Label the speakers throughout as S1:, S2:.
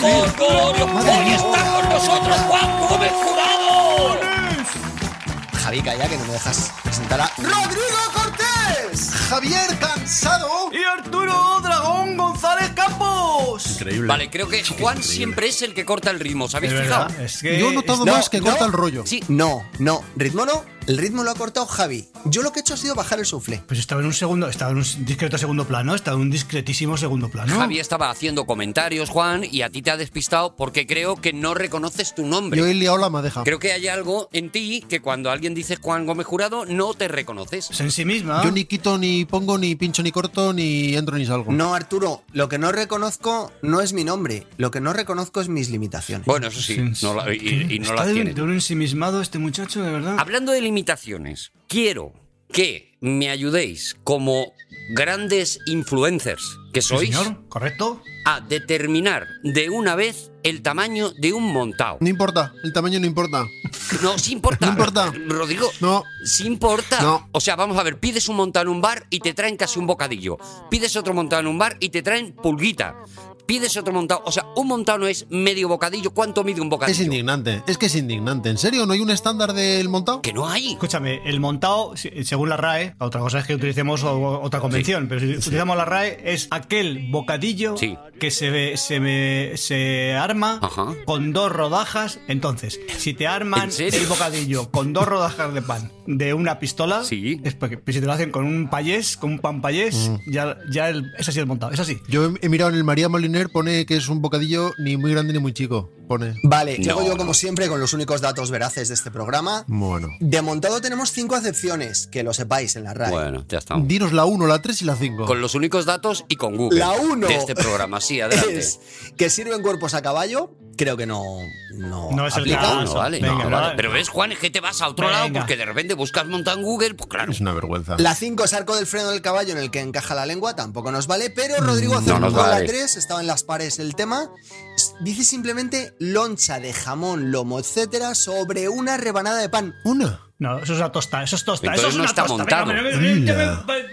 S1: Hoy está con nosotros Juan Gómez Jurado.
S2: Javi, calla que no me dejas presentar a
S3: Rodrigo Cortés, Javier Cansado
S4: y Arturo Dragón González Campos.
S5: Increíble.
S1: Vale, creo que Juan siempre es el que corta el ritmo, ¿sabéis fijado?
S4: Es que
S2: Yo he notado
S4: No,
S2: más que
S4: no.
S2: corta el rollo.
S1: Sí.
S2: No, no, ritmo no. El ritmo lo ha cortado Javi. Yo lo que he hecho ha sido bajar el sufle.
S4: Pues estaba en un segundo, estaba en un discreto segundo plano, estaba en un discretísimo segundo plano.
S1: Javi estaba haciendo comentarios, Juan, y a ti te ha despistado porque creo que no reconoces tu nombre.
S2: Yo he liado la madeja.
S1: Creo que hay algo en ti que cuando alguien dice Juan Gómez Jurado no te reconoces.
S4: Es en sí
S2: Ah.
S4: misma.
S6: Yo ni quito, ni pongo, ni pincho, ni corto, ni entro, ni salgo.
S2: No, Arturo, lo que no reconozco no es mi nombre. Lo que no reconozco es mis limitaciones.
S1: Bueno, eso sí,
S4: Sí, sí.
S1: no la- y, y no
S4: Está
S1: las
S4: de,
S1: tienes.
S4: de un ensimismado este muchacho, de verdad.
S1: Hablando de limitaciones, quiero que me ayudéis como grandes influencers que
S4: Sí,
S1: sois
S4: señor, correcto.
S1: a determinar de una vez el tamaño de un montao.
S6: No importa, el tamaño no importa.
S1: No, sí importa.
S6: No importa.
S1: Rodrigo,
S6: No.
S1: sí importa.
S6: No.
S1: O sea, vamos a ver, pides un montao en un bar y te traen casi un bocadillo. Pides otro montao en un bar y te traen pulguita. Pides otro montao. O sea, un montao no es medio bocadillo. ¿Cuánto mide un
S6: Es
S1: bocadillo?
S6: indignante, es que es indignante. ¿En serio? ¿No hay un estándar del montado?
S1: que no hay.
S4: Escúchame, el montado, si- según la RAE, otra cosa es que utilicemos o- otra convención, pero si utilizamos la RAE, es aquel bocadillo
S1: Sí.
S4: que se, ve- se, me- se arma
S1: Ajá.
S4: con dos rodajas. Entonces, si te arman
S1: ¿En serio?
S4: el bocadillo con dos rodajas de pan de una pistola,
S1: Sí.
S4: es porque pero si te lo hacen con un payés, con un pan payés, ya, ya el, es así el montado, es así.
S6: Yo he- he mirado en el María Moliner, pone que es un bocadillo ni muy grande ni muy chico. Pone.
S2: Vale,
S1: No,
S2: llego yo
S1: no.
S2: como siempre con los únicos datos veraces de este programa.
S6: Bueno.
S2: De montado tenemos cinco acepciones, que lo sepáis en la RAE.
S1: Bueno, ya estamos.
S6: Dinos la 1, la 3 y la 5.
S1: Con los únicos datos y con Google.
S2: La uno
S1: De este programa, sí, adelante.
S2: Es que sirven cuerpos a caballo. Creo que no. No,
S4: No es el
S2: aplica.
S4: caso.
S1: Ah, no, vale,
S4: Venga,
S1: no,
S4: vale.
S1: vale. Pero ves, Juan, es que te vas a otro lado
S4: Venga.
S1: porque de repente buscas montado en Google, pues claro.
S6: Es una vergüenza.
S2: La 5 es arco del freno del caballo en el que encaja la lengua, tampoco nos vale, pero Rodrigo acertó
S1: nos
S2: con
S1: vale.
S2: la 3, estaba en las pares el tema. S- Dice simplemente loncha de jamón, lomo, etcétera, sobre una rebanada de pan.
S6: ¿Una?
S4: No, eso es una tosta, eso es tosta,
S1: Entonces
S4: eso es
S1: no
S4: una
S1: está
S4: tosta.
S1: montado.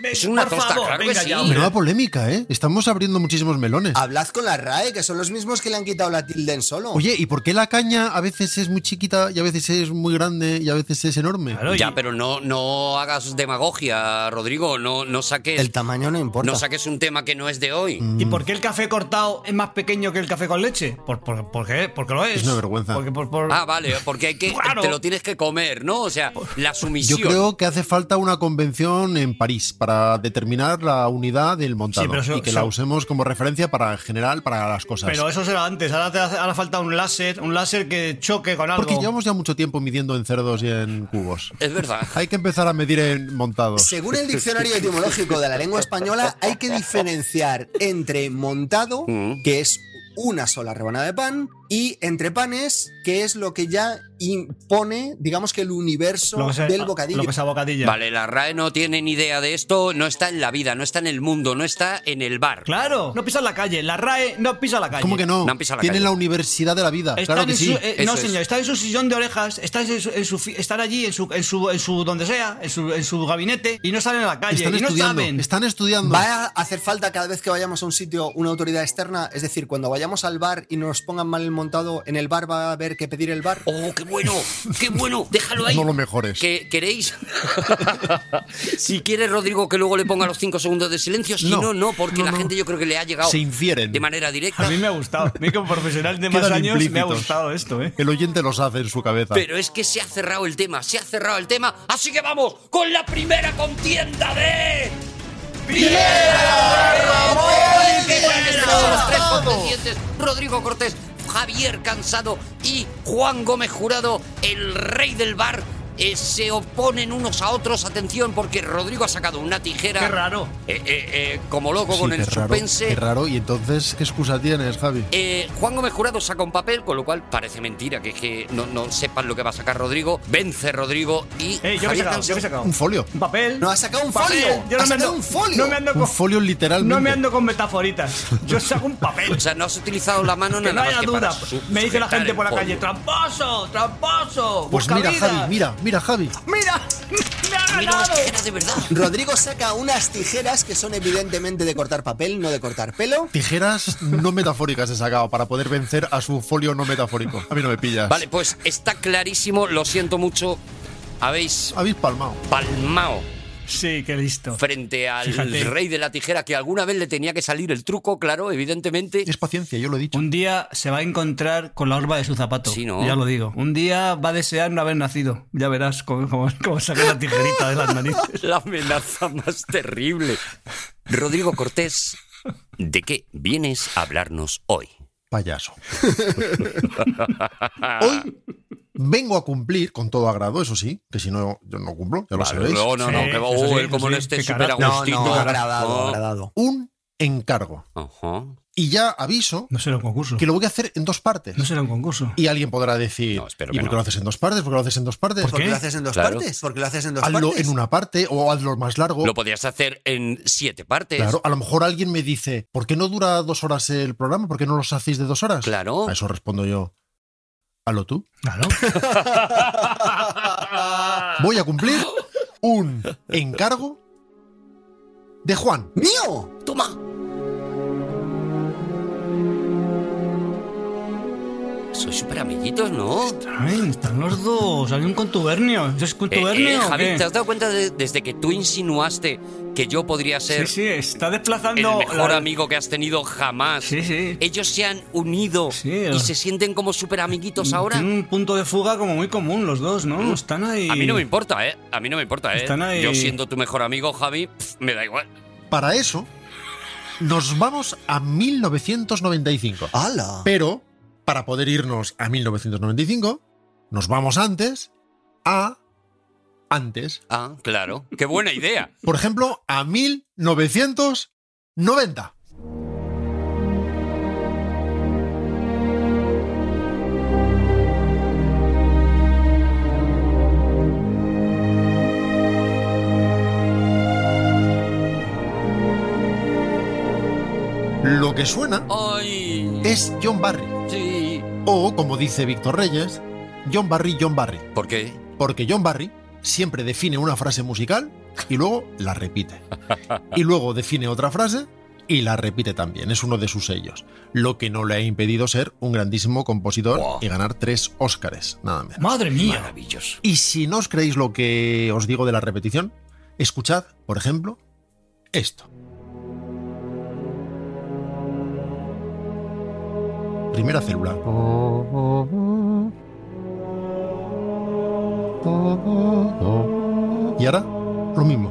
S1: Es una
S4: por
S1: tosta,
S4: favor,
S1: claro que
S4: venga
S1: sí.
S4: ya, hombre.
S6: Menuda polémica, ¿eh? Estamos abriendo muchísimos melones.
S2: Hablad con la RAE, que son los mismos que le han quitado la tilde en solo.
S6: Oye, ¿y por qué la caña a veces es muy chiquita y a veces es muy grande y a veces es enorme?
S4: Claro,
S1: Ya,
S4: y-
S1: pero no, no hagas demagogia, Rodrigo. No, no saques.
S2: el tamaño no importa.
S1: no saques un tema que no es de hoy.
S4: ¿Y por qué el café cortado es más pequeño que el café con leche? Por, por, ¿por qué? Porque lo es.
S6: Es una vergüenza.
S4: Porque, por, por-
S1: Ah, vale, porque hay que.
S4: Claro.
S1: Te lo tienes que comer, ¿no? O sea, la
S6: Yo
S1: sumisión.
S6: creo que hace falta una convención en París para determinar la unidad del montado
S4: Sí, pero eso-
S6: y que la
S4: eso-
S6: usemos como referencia para en general para las cosas.
S4: pero eso será antes. Ahora te hace ahora falta un láser, un láser que choque con algo.
S6: Porque llevamos ya mucho tiempo midiendo en cerdos y en cubos.
S1: Es verdad.
S6: Hay que empezar a medir en montados.
S2: Según el diccionario etimológico de la lengua española, hay que diferenciar entre montado,
S1: Mm.
S2: que es una sola rebanada de pan, y entre panes, que es lo que ya impone, digamos que el universo
S4: Lo que sea-
S2: del bocadillo.
S4: Lo que sea bocadillo.
S1: Vale, la RAE no tiene ni idea de esto. No está en la vida, no está en el mundo, no está en el bar.
S4: Claro, no pisa la calle. La RAE no pisa la calle.
S6: ¿Cómo que no?
S1: No han pisado la
S6: Tienen
S1: calle.
S6: la universidad de la vida.
S4: Están
S6: claro que
S4: en
S6: sí.
S4: su- eh,
S1: Eso
S4: no,
S1: es.
S4: señor, están en su sillón de orejas, están, en su- en su fi- están allí en su, en, su, en su donde sea, en su, en su gabinete, y no salen a la calle,
S6: Están
S4: y no
S6: estudiando.
S4: saben.
S6: Están estudiando.
S2: ¿Va a hacer falta cada vez que vayamos a un sitio una autoridad externa? Es decir, cuando vayamos al bar y nos pongan mal el montado, ¿en el bar va a haber que pedir el bar?
S1: ¡Oh, qué bueno! ¡Qué bueno! Déjalo ahí.
S6: No lo mejores.
S1: ¿Que- ¿Queréis? si quiere Rodrigo que luego le ponga los 5 segundos de silencio, si no,
S6: No.
S1: no, porque la gente yo creo que le ha llegado
S6: Se infieren.
S1: de manera
S4: A
S1: directa.
S4: mí me ha gustado. A mí como profesional de
S6: Quedan
S4: más años me ha
S6: implícitos.
S4: gustado esto, ¿eh?
S6: El oyente los hace en su cabeza.
S1: Pero es que se ha cerrado el tema, se ha cerrado el tema, así que vamos con la primera contienda de... ¿Qué tal están los tres contendientes? Rodrigo Cortés, Javier Cansado y Juan Gómez Jurado, el rey del bar, eh, se oponen unos a otros. Atención, porque Rodrigo ha sacado una tijera.
S4: Qué raro.
S1: eh, eh, eh, como loco
S6: Sí,
S1: con
S6: qué
S1: el
S6: raro,
S1: suspense.
S6: Qué raro. Y entonces, ¿qué excusa tienes, Javi?
S1: Eh, Juan Gómez Jurado saca un papel, con lo cual parece mentira que, es que no, no sepan lo que va a sacar Rodrigo. Vence Rodrigo y.
S4: Eh, yo me he
S1: Javier
S4: sacado,
S1: Canse-
S4: yo me he sacado.
S6: Un folio.
S4: Un papel.
S2: No, ha sacado un
S4: Papel.
S2: folio.
S4: Yo
S2: Ha
S4: no me
S2: sacado
S4: ando,
S2: un folio.
S4: No me ando
S6: Un
S4: con,
S6: folio literalmente.
S4: no me ando con metaforitas. Yo saco un papel.
S1: O sea, no has utilizado la mano nada
S4: que no
S1: más
S4: haya
S1: que para
S4: duda.
S1: sujetar
S4: Me dice la gente por la
S1: el
S4: calle,
S1: folio.
S4: tramposo, tramposo.
S6: Pues mira,
S4: buscavidas".
S6: Javi, mira, mira, Javi.
S4: Mira, me ha
S1: Mira las
S4: ganado.
S1: tijeras de verdad.
S2: Rodrigo saca unas tijeras que son evidentemente de cortar papel, no de cortar pelo.
S6: Tijeras no metafóricas he sacado para poder vencer a su folio no metafórico. A mí no me pillas.
S1: Vale, pues está clarísimo, lo siento mucho. Habéis
S6: Habéis palmado.
S1: palmao
S4: Sí, qué listo.
S1: frente al
S4: Fíjate.
S1: rey de la tijera que alguna vez le tenía que salir el truco, claro, evidentemente.
S6: Es paciencia, yo lo he dicho.
S4: Un día se va a encontrar con la horma de su zapato.
S1: Sí, ¿no?
S4: Ya lo digo. Un día va a desear no haber nacido. Ya verás cómo, cómo, cómo saca la tijerita de las narices.
S1: La amenaza más terrible. Rodrigo Cortés, ¿de qué vienes a hablarnos hoy?
S6: Payaso. Hoy vengo a cumplir con todo agrado, eso sí, que si no, yo no cumplo, ya lo
S1: Vale,
S6: sabéis.
S1: No, no, no,
S4: Sí,
S1: que va,
S4: eso sí,
S1: uy,
S4: eso
S1: como no
S4: Pues sí,
S1: esté
S4: qué
S1: súper
S4: cara-
S1: a
S2: No,
S1: gustito.
S2: no,
S1: Oh.
S2: agradado, agradado.
S6: Un encargo.
S1: Ajá.
S6: Y ya aviso
S4: No será un concurso.
S6: que lo voy a hacer en dos partes.
S4: No será un concurso.
S6: Y alguien podrá decir,
S1: No, espero
S6: ¿y
S1: que
S6: por qué
S1: no.
S6: lo haces en dos partes? ¿Por qué lo haces en dos partes?
S4: ¿Por
S2: ¿Por qué
S4: ¿Qué?
S2: lo haces en dos
S1: Claro.
S2: partes? Porque lo haces en dos
S6: Hazlo
S2: partes.
S6: en una parte o hazlo más
S4: Oh.
S6: largo.
S1: Lo podías hacer en siete partes.
S6: Claro, a lo mejor alguien me dice, ¿por qué no dura dos horas el programa? ¿Por qué no los hacéis de dos horas?
S1: Claro.
S6: A eso respondo yo, ¿halo tú?
S4: Claro.
S6: Voy a cumplir un encargo de Juan.
S2: ¡Mío!
S1: Toma. Sois súper amiguitos, ¿no?
S4: Ay, están los dos. Hay un contubernio. ¿Eso es
S1: Eh, eh,
S4: contubernio? o
S1: Javi,
S4: qué?
S1: ¿te has dado cuenta de- desde que tú insinuaste que yo podría
S4: sí,
S1: ser
S4: sí, está
S1: el
S4: desplazando.
S1: mejor
S4: la-
S1: amigo que has tenido jamás?
S4: Sí, sí.
S1: Ellos se han unido
S4: Sí, eh. Mm,
S1: y
S4: el-
S1: se sienten como súper amiguitos ahora.
S4: Tienen un punto de fuga como muy común los dos, ¿no? Están ahí.
S1: A mí no me importa, ¿eh? A mí no me importa, ¿eh?
S4: Están ahí-
S1: Yo siendo tu mejor amigo, Javi, pf, me da igual.
S6: Para eso, nos vamos a 1995.
S2: ¡Hala!
S6: Pero, para poder irnos a 1995, nos vamos antes a... Antes.
S1: Ah, claro. Qué buena idea.
S6: Por ejemplo, a 1990. Lo que suena
S1: Ay,
S6: es John Barry,
S1: sí.
S6: o como dice Víctor Reyes, John Barry, John Barry,
S1: ¿Por qué?
S6: porque John Barry siempre define una frase musical y luego la repite. Y luego define otra frase y la repite también, es uno de sus sellos, lo que no le ha impedido ser un grandísimo compositor
S1: Wow.
S6: y ganar tres Óscares, nada menos.
S4: Madre mía.
S1: Maravilloso.
S6: Y si no os creéis lo que os digo de la repetición, escuchad, por ejemplo, esto. Primera célula. Y ahora, lo mismo.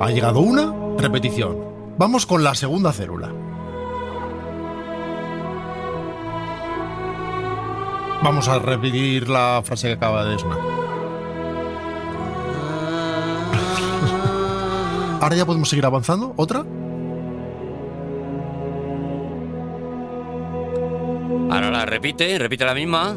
S6: Ha llegado una repetición. Vamos con la segunda célula. Vamos a repetir la frase que acaba de sonar. Ahora ya podemos seguir avanzando. ¿Otra?
S1: Ahora la repite, repite la misma.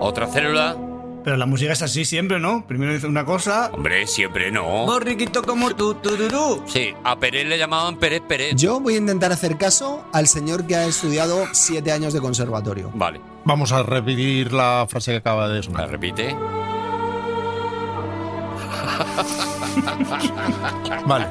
S1: Otra célula.
S4: Pero la música es así siempre, ¿no? Primero dice una cosa.
S1: Hombre, siempre no.
S4: Borriquito como tú, tururú.
S1: Sí, a Pérez le llamaban Pérez Pérez.
S2: Yo voy a intentar hacer caso al señor que ha estudiado siete años de conservatorio.
S1: Vale,
S6: Vamos a repetir la frase que acaba de
S1: la
S6: sonar.
S1: repite.
S6: Vale.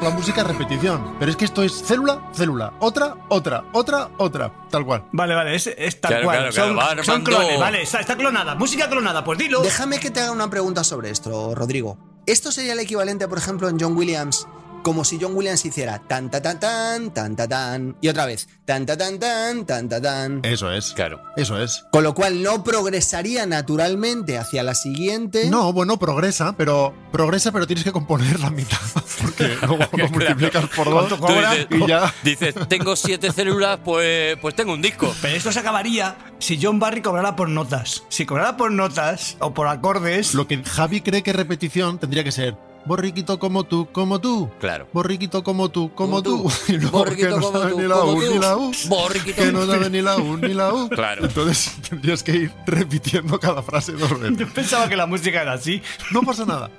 S6: La música es repetición. Pero es que esto es célula, célula. Otra, otra, otra, otra. Tal cual.
S4: Vale, vale, es, es tal
S1: Claro,
S4: cual.
S1: claro, claro,
S4: son,
S1: va
S4: son
S1: armando.
S4: clones, vale, está, está clonada. Música clonada, pues dilo.
S2: Déjame que te haga una pregunta sobre esto, Rodrigo. ¿Esto sería el equivalente, por ejemplo, en John Williams, Como si John Williams hiciera tan ta tan tan tan ta tan y otra vez tan ta tan tan tan ta tan.
S6: Eso es.
S1: Claro.
S6: Eso es.
S2: Con lo cual no progresaría naturalmente hacia la siguiente.
S6: No, bueno, progresa, pero progresa, pero tienes que componer la mitad. Porque luego lo multiplicas por dos
S4: ¿Cuánto cobra?
S1: dices-
S6: y ya.
S1: Dices, tengo siete células, pues, pues tengo un disco.
S4: Pero esto se acabaría si John Barry cobrara por notas. Si cobrara por notas o por acordes,
S6: Lo que Javi cree que repetición tendría que ser borriquito como tú, como tú.
S1: Claro.
S6: Borriquito como tú,
S1: Como
S6: como, tú.
S1: tú.
S6: Y luego
S1: Borriquito
S6: que no
S1: como
S6: sabe
S1: tú,
S6: ni la
S1: como
S6: U
S1: tú.
S6: ni la U.
S1: Borriquito.
S6: Que no sabe ni la U ni la U.
S1: Claro.
S6: Entonces tendrías que ir repitiendo cada frase dos veces.
S4: yo pensaba que la música era así.
S6: No pasa nada.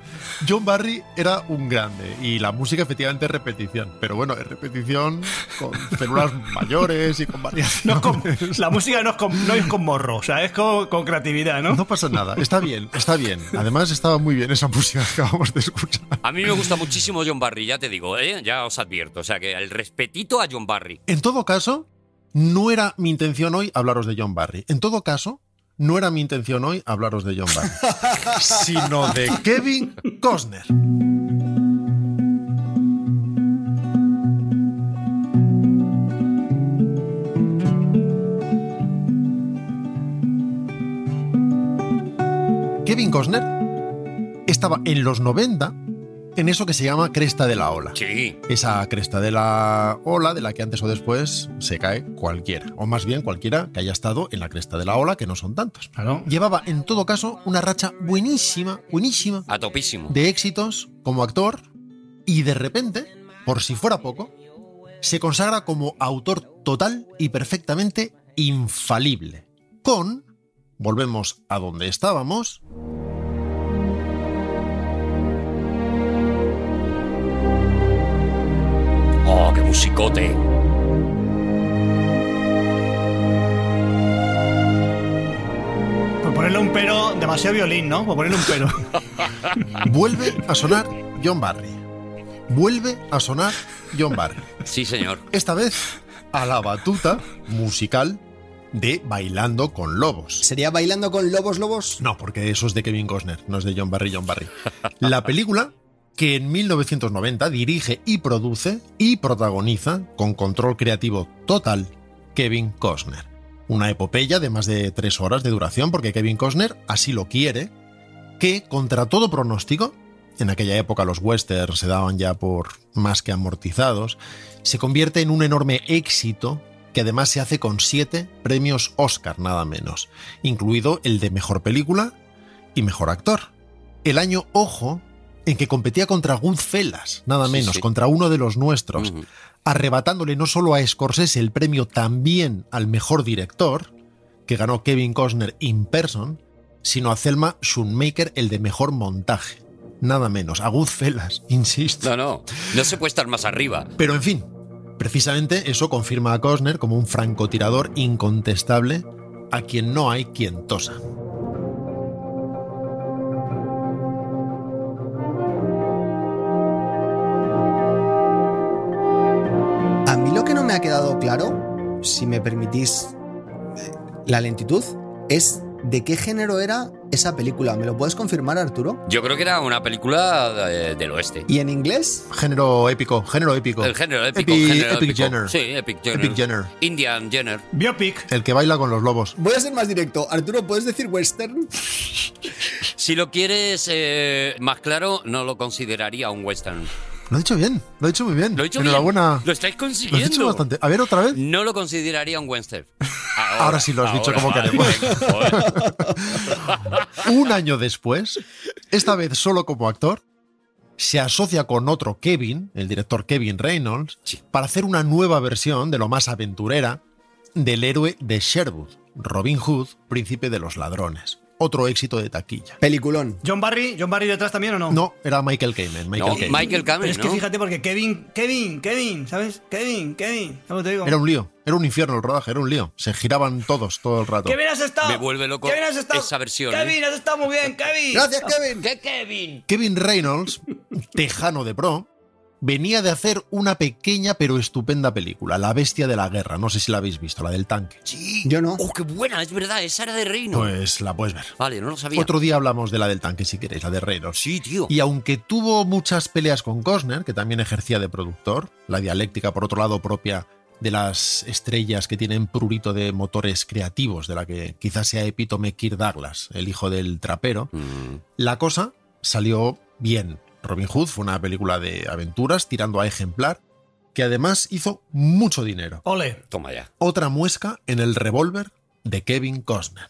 S6: John Barry era un grande y la música efectivamente es repetición. Pero bueno, es repetición con células mayores y con
S4: No es
S6: variaciones.
S4: con- la música no es, con, no es con morro, o sea, es con, con creatividad, ¿no?
S6: No pasa nada, está bien, está bien. Además estaba muy bien esa música que acabamos de escuchar.
S1: A mí me gusta muchísimo John Barry, ya te digo, ¿eh? ya os advierto. O sea, que el respetito a John Barry.
S6: En todo caso, no era mi intención hoy hablaros de John Barry. En todo caso, no era mi intención hoy hablaros de John Barry, sino de Kevin Costner. Kevin Costner estaba en los 90 en eso que se llama cresta de la ola
S1: Sí.
S6: esa cresta de la ola de la que antes o después se cae cualquiera, o más bien cualquiera que haya estado en la cresta de la ola, que no son tantos.
S4: Claro.
S6: Llevaba en todo caso una racha buenísima, buenísima,
S1: A topísimo.
S6: de éxitos como actor y de repente, por si fuera poco, se consagra como autor total y perfectamente infalible. Con, volvemos a donde estábamos,
S1: Oh, qué musicote.
S4: Por ponerle un pero, demasiado violín, ¿no? Por ponerle un pero.
S6: vuelve a sonar John Barry. Vuelve a sonar John Barry.
S1: Sí, señor.
S6: Esta vez a la batuta musical de Bailando con Lobos.
S2: Sería bailando con lobos lobos.
S6: No, porque eso es de Kevin Costner, no es de John Barry, John Barry. La película que en 1990 dirige y produce y protagoniza con control creativo total Kevin Costner. Una epopeya de más de tres horas de duración porque Kevin Costner así lo quiere, que contra todo pronóstico, en aquella época los westerns se daban ya por más que amortizados, se convierte en un enorme éxito que además se hace con siete premios Oscar nada menos, incluido el de Mejor Película y Mejor Actor. El año, ojo, en que competía contra Goodfellas, nada
S1: Sí,
S6: menos,
S1: sí.
S6: contra uno de los nuestros,
S1: Ujú.
S6: arrebatándole no solo a Scorsese el premio también al mejor director, que ganó Kevin Costner in person, sino a Thelma Schoonmaker el de mejor montaje. Nada menos, a Goodfellas, insisto.
S1: No, no. No se puede estar más arriba.
S6: Pero en fin, precisamente eso confirma a Costner como un francotirador incontestable a quien no hay quien tosa.
S2: A mí lo que no me ha quedado claro, si me permitís eh, la lentitud, es de qué género era esa película. ¿Me lo puedes confirmar, Arturo?
S1: Yo creo que era una película eh, del oeste.
S2: ¿Y en inglés?
S6: Género épico, género épico.
S1: El género épico.
S6: Epi-
S1: género
S6: epic
S1: épico.
S6: Jenner.
S1: Sí, Epic Jenner.
S6: Epic Jenner.
S1: Indian Jenner.
S4: Biopic.
S6: El que baila con los lobos.
S2: Voy a ser más directo. Arturo, ¿puedes decir western?
S1: Si lo quieres eh, más claro, no lo consideraría un western.
S6: Lo he hecho bien, lo he hecho muy bien.
S1: Lo he hecho
S6: Enhorabuena.
S1: bien. Lo estáis
S6: Lo has
S1: consiguiendo.
S6: dicho bastante. A ver, otra vez.
S1: No lo consideraría un western. Ahora,
S6: Ahora sí lo has dicho como
S1: vale,
S6: queremos.
S1: vale, joder.
S6: Un año después, esta vez solo como actor, se asocia con otro Kevin, el director Kevin Reynolds,
S1: Sí.
S6: para hacer una nueva versión de lo más aventurera del héroe de Sherwood, Robin Hood, príncipe de los ladrones. Otro éxito de taquilla.
S2: Peliculón.
S4: ¿John Barry? ¿John Barry detrás también o no?
S6: No, era Michael Kamen. Michael
S1: No,
S6: Kamen.
S1: Michael
S4: Pero
S1: Cameron,
S4: es que
S1: ¿no?
S4: fíjate porque Kevin, Kevin, Kevin, ¿sabes? Kevin, Kevin, ¿cómo te digo?
S6: Era un lío, era un infierno el rodaje, era un lío. Se giraban todos todo el rato.
S4: Kevin has estado.
S1: Me vuelve loco
S4: Kevin has estado.
S1: esa versión, ¿eh?
S4: Kevin has estado muy bien, Kevin.
S2: Gracias, Kevin.
S1: ¿Qué Kevin?
S6: Kevin Reynolds, tejano de pro, venía de hacer una pequeña pero estupenda película, La Bestia de la Guerra. No sé si la habéis visto, la del tanque.
S1: Sí.
S2: Yo no.
S1: Oh, qué buena, es verdad, es Sara de Reino.
S6: Pues la puedes ver.
S1: vale, no lo sabía.
S6: Otro día hablamos de la del tanque, si queréis, la de Reynolds.
S1: Sí, tío.
S6: Y aunque tuvo muchas peleas con Costner, que también ejercía de productor, la dialéctica, por otro lado, propia de las estrellas que tienen prurito de motores creativos, de la que quizás sea epítome Kirk Douglas, el hijo del trapero,
S1: Mm,
S6: la cosa salió bien. Robin Hood fue una película de aventuras tirando a ejemplar, que además hizo mucho dinero.
S4: Ole.
S1: toma ya.
S6: Otra muesca en el revólver de Kevin Costner.